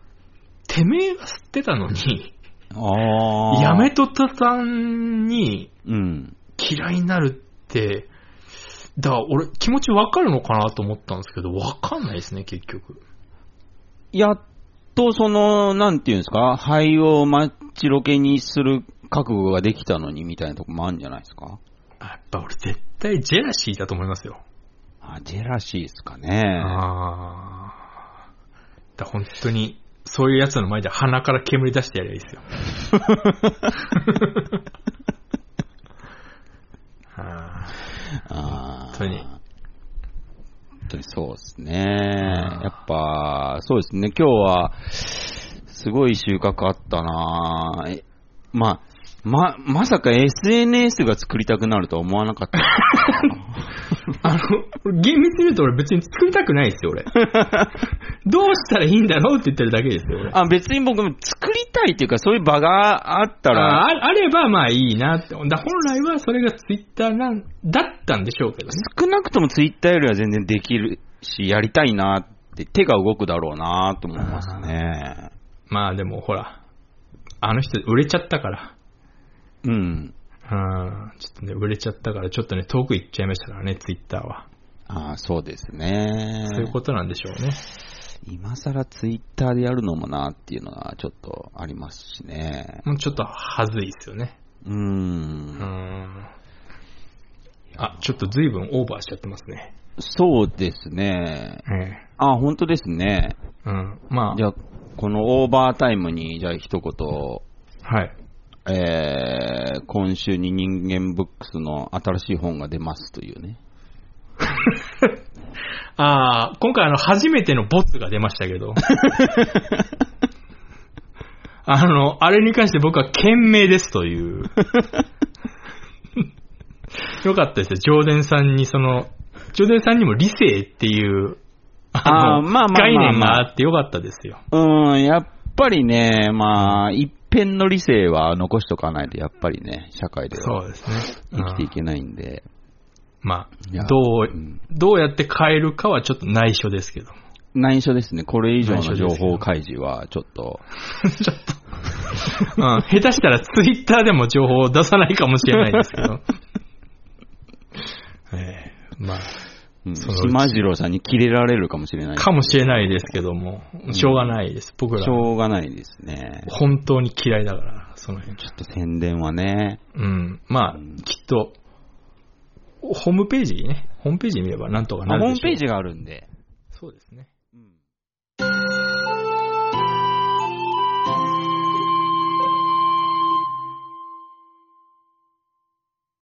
[SPEAKER 1] てめえが吸ってたのに、
[SPEAKER 2] ああ。
[SPEAKER 1] やめとったさんに
[SPEAKER 2] うん。
[SPEAKER 1] 嫌いになるって、だから俺気持ちわかるのかなと思ったんですけど、わかんないですね、結局。
[SPEAKER 2] やっとその、なんていうんですか、肺を待ちロケにする覚悟ができたのにみたいなとこもあるんじゃないですか。
[SPEAKER 1] やっぱ俺絶対ジェラシーだと思いますよ。
[SPEAKER 2] あ、ジェラシーですかね。
[SPEAKER 1] ああ。だから本当に、そういうやつの前で鼻から煙出してやりゃいいですよ。あー
[SPEAKER 2] あー
[SPEAKER 1] 本当に
[SPEAKER 2] 本当にそうですね。やっぱ、そうですね。今日は、すごい収穫あったなぁえまあ、ま、まさか SNS が作りたくなるとは思わな かった。
[SPEAKER 1] あの、俺厳密に言うと俺別に作りたくないです よ、俺。どうしたらいいんだろうって言ってるだけですよ、俺。
[SPEAKER 2] あ、別に僕も作りたいっていうか、そういう場があったら、
[SPEAKER 1] ああればまあいいなって。だから本来はそれがツイッターなんだったんでしょうけどね。
[SPEAKER 2] 少なくともツイッターよりは全然できるし、やりたいなっって手が動くだろうなと思いますね。
[SPEAKER 1] まあでもほら、あの人売れちゃったから。
[SPEAKER 2] うん。
[SPEAKER 1] うん。ちょっとね、売れちゃったから、ちょっとね、遠く行っちゃいましたからね、ツイッターは。
[SPEAKER 2] ああ、そうですね。
[SPEAKER 1] そういうことなんでしょうね。
[SPEAKER 2] 今更ツイッターでやるのもなっていうのはちょっとありますしね。
[SPEAKER 1] もうちょっとはずいですよね。
[SPEAKER 2] うー。
[SPEAKER 1] うんん。あ、ちょっと随分オーバーしちゃってますね。
[SPEAKER 2] そうですね。
[SPEAKER 1] ええ。
[SPEAKER 2] あ、本当ですね。
[SPEAKER 1] うん。ま
[SPEAKER 2] じゃあ、このオーバータイムに、じゃあ一言、
[SPEAKER 1] あ、はい。
[SPEAKER 2] えー、今週に人間ブックスの新しい本が出ますというね。
[SPEAKER 1] ああ、今回あの、初めてのボツが出ましたけ ど。あの、あれに関して僕は懸命ですと いう。よかったですよ。上田さんにその、上田さんにも理性っていう、
[SPEAKER 2] あ
[SPEAKER 1] の
[SPEAKER 2] ーまあまあまあ
[SPEAKER 1] 概念があってよかったですよ。
[SPEAKER 2] うーん、やっぱりね、まあ、一辺の理性は残しとかないと、やっぱりね、社会で
[SPEAKER 1] そ
[SPEAKER 2] は
[SPEAKER 1] うですね。
[SPEAKER 2] 生きてい
[SPEAKER 1] うん
[SPEAKER 2] けないんで。
[SPEAKER 1] ま
[SPEAKER 2] いや
[SPEAKER 1] あ、どう
[SPEAKER 2] うん、
[SPEAKER 1] どうやって変えるかはちょっと内緒ですけど。
[SPEAKER 2] 内緒ですね。これ以上の
[SPEAKER 1] 内緒
[SPEAKER 2] 情
[SPEAKER 1] ですよ
[SPEAKER 2] 報開示は、ちょっと。
[SPEAKER 1] ちょっと、うん、下手したらツイッターでも情報を出さないかもしれないですけ ど。ええまあ、
[SPEAKER 2] うん、
[SPEAKER 1] そのうち
[SPEAKER 2] 島次郎さんにキレられるかもしれない。
[SPEAKER 1] かもしれないですけども、しょうがないです。僕ら
[SPEAKER 2] し、ょうがないですね。
[SPEAKER 1] 本当に嫌いだから、その辺。
[SPEAKER 2] ちょっと宣伝はね。
[SPEAKER 1] うん。まあ、きっと、ホームページね、ホームページ見ればなんとかな
[SPEAKER 2] あ
[SPEAKER 1] る
[SPEAKER 2] ホー
[SPEAKER 1] で
[SPEAKER 2] ム
[SPEAKER 1] しょう。
[SPEAKER 2] ページがあるんで。
[SPEAKER 1] そうですね。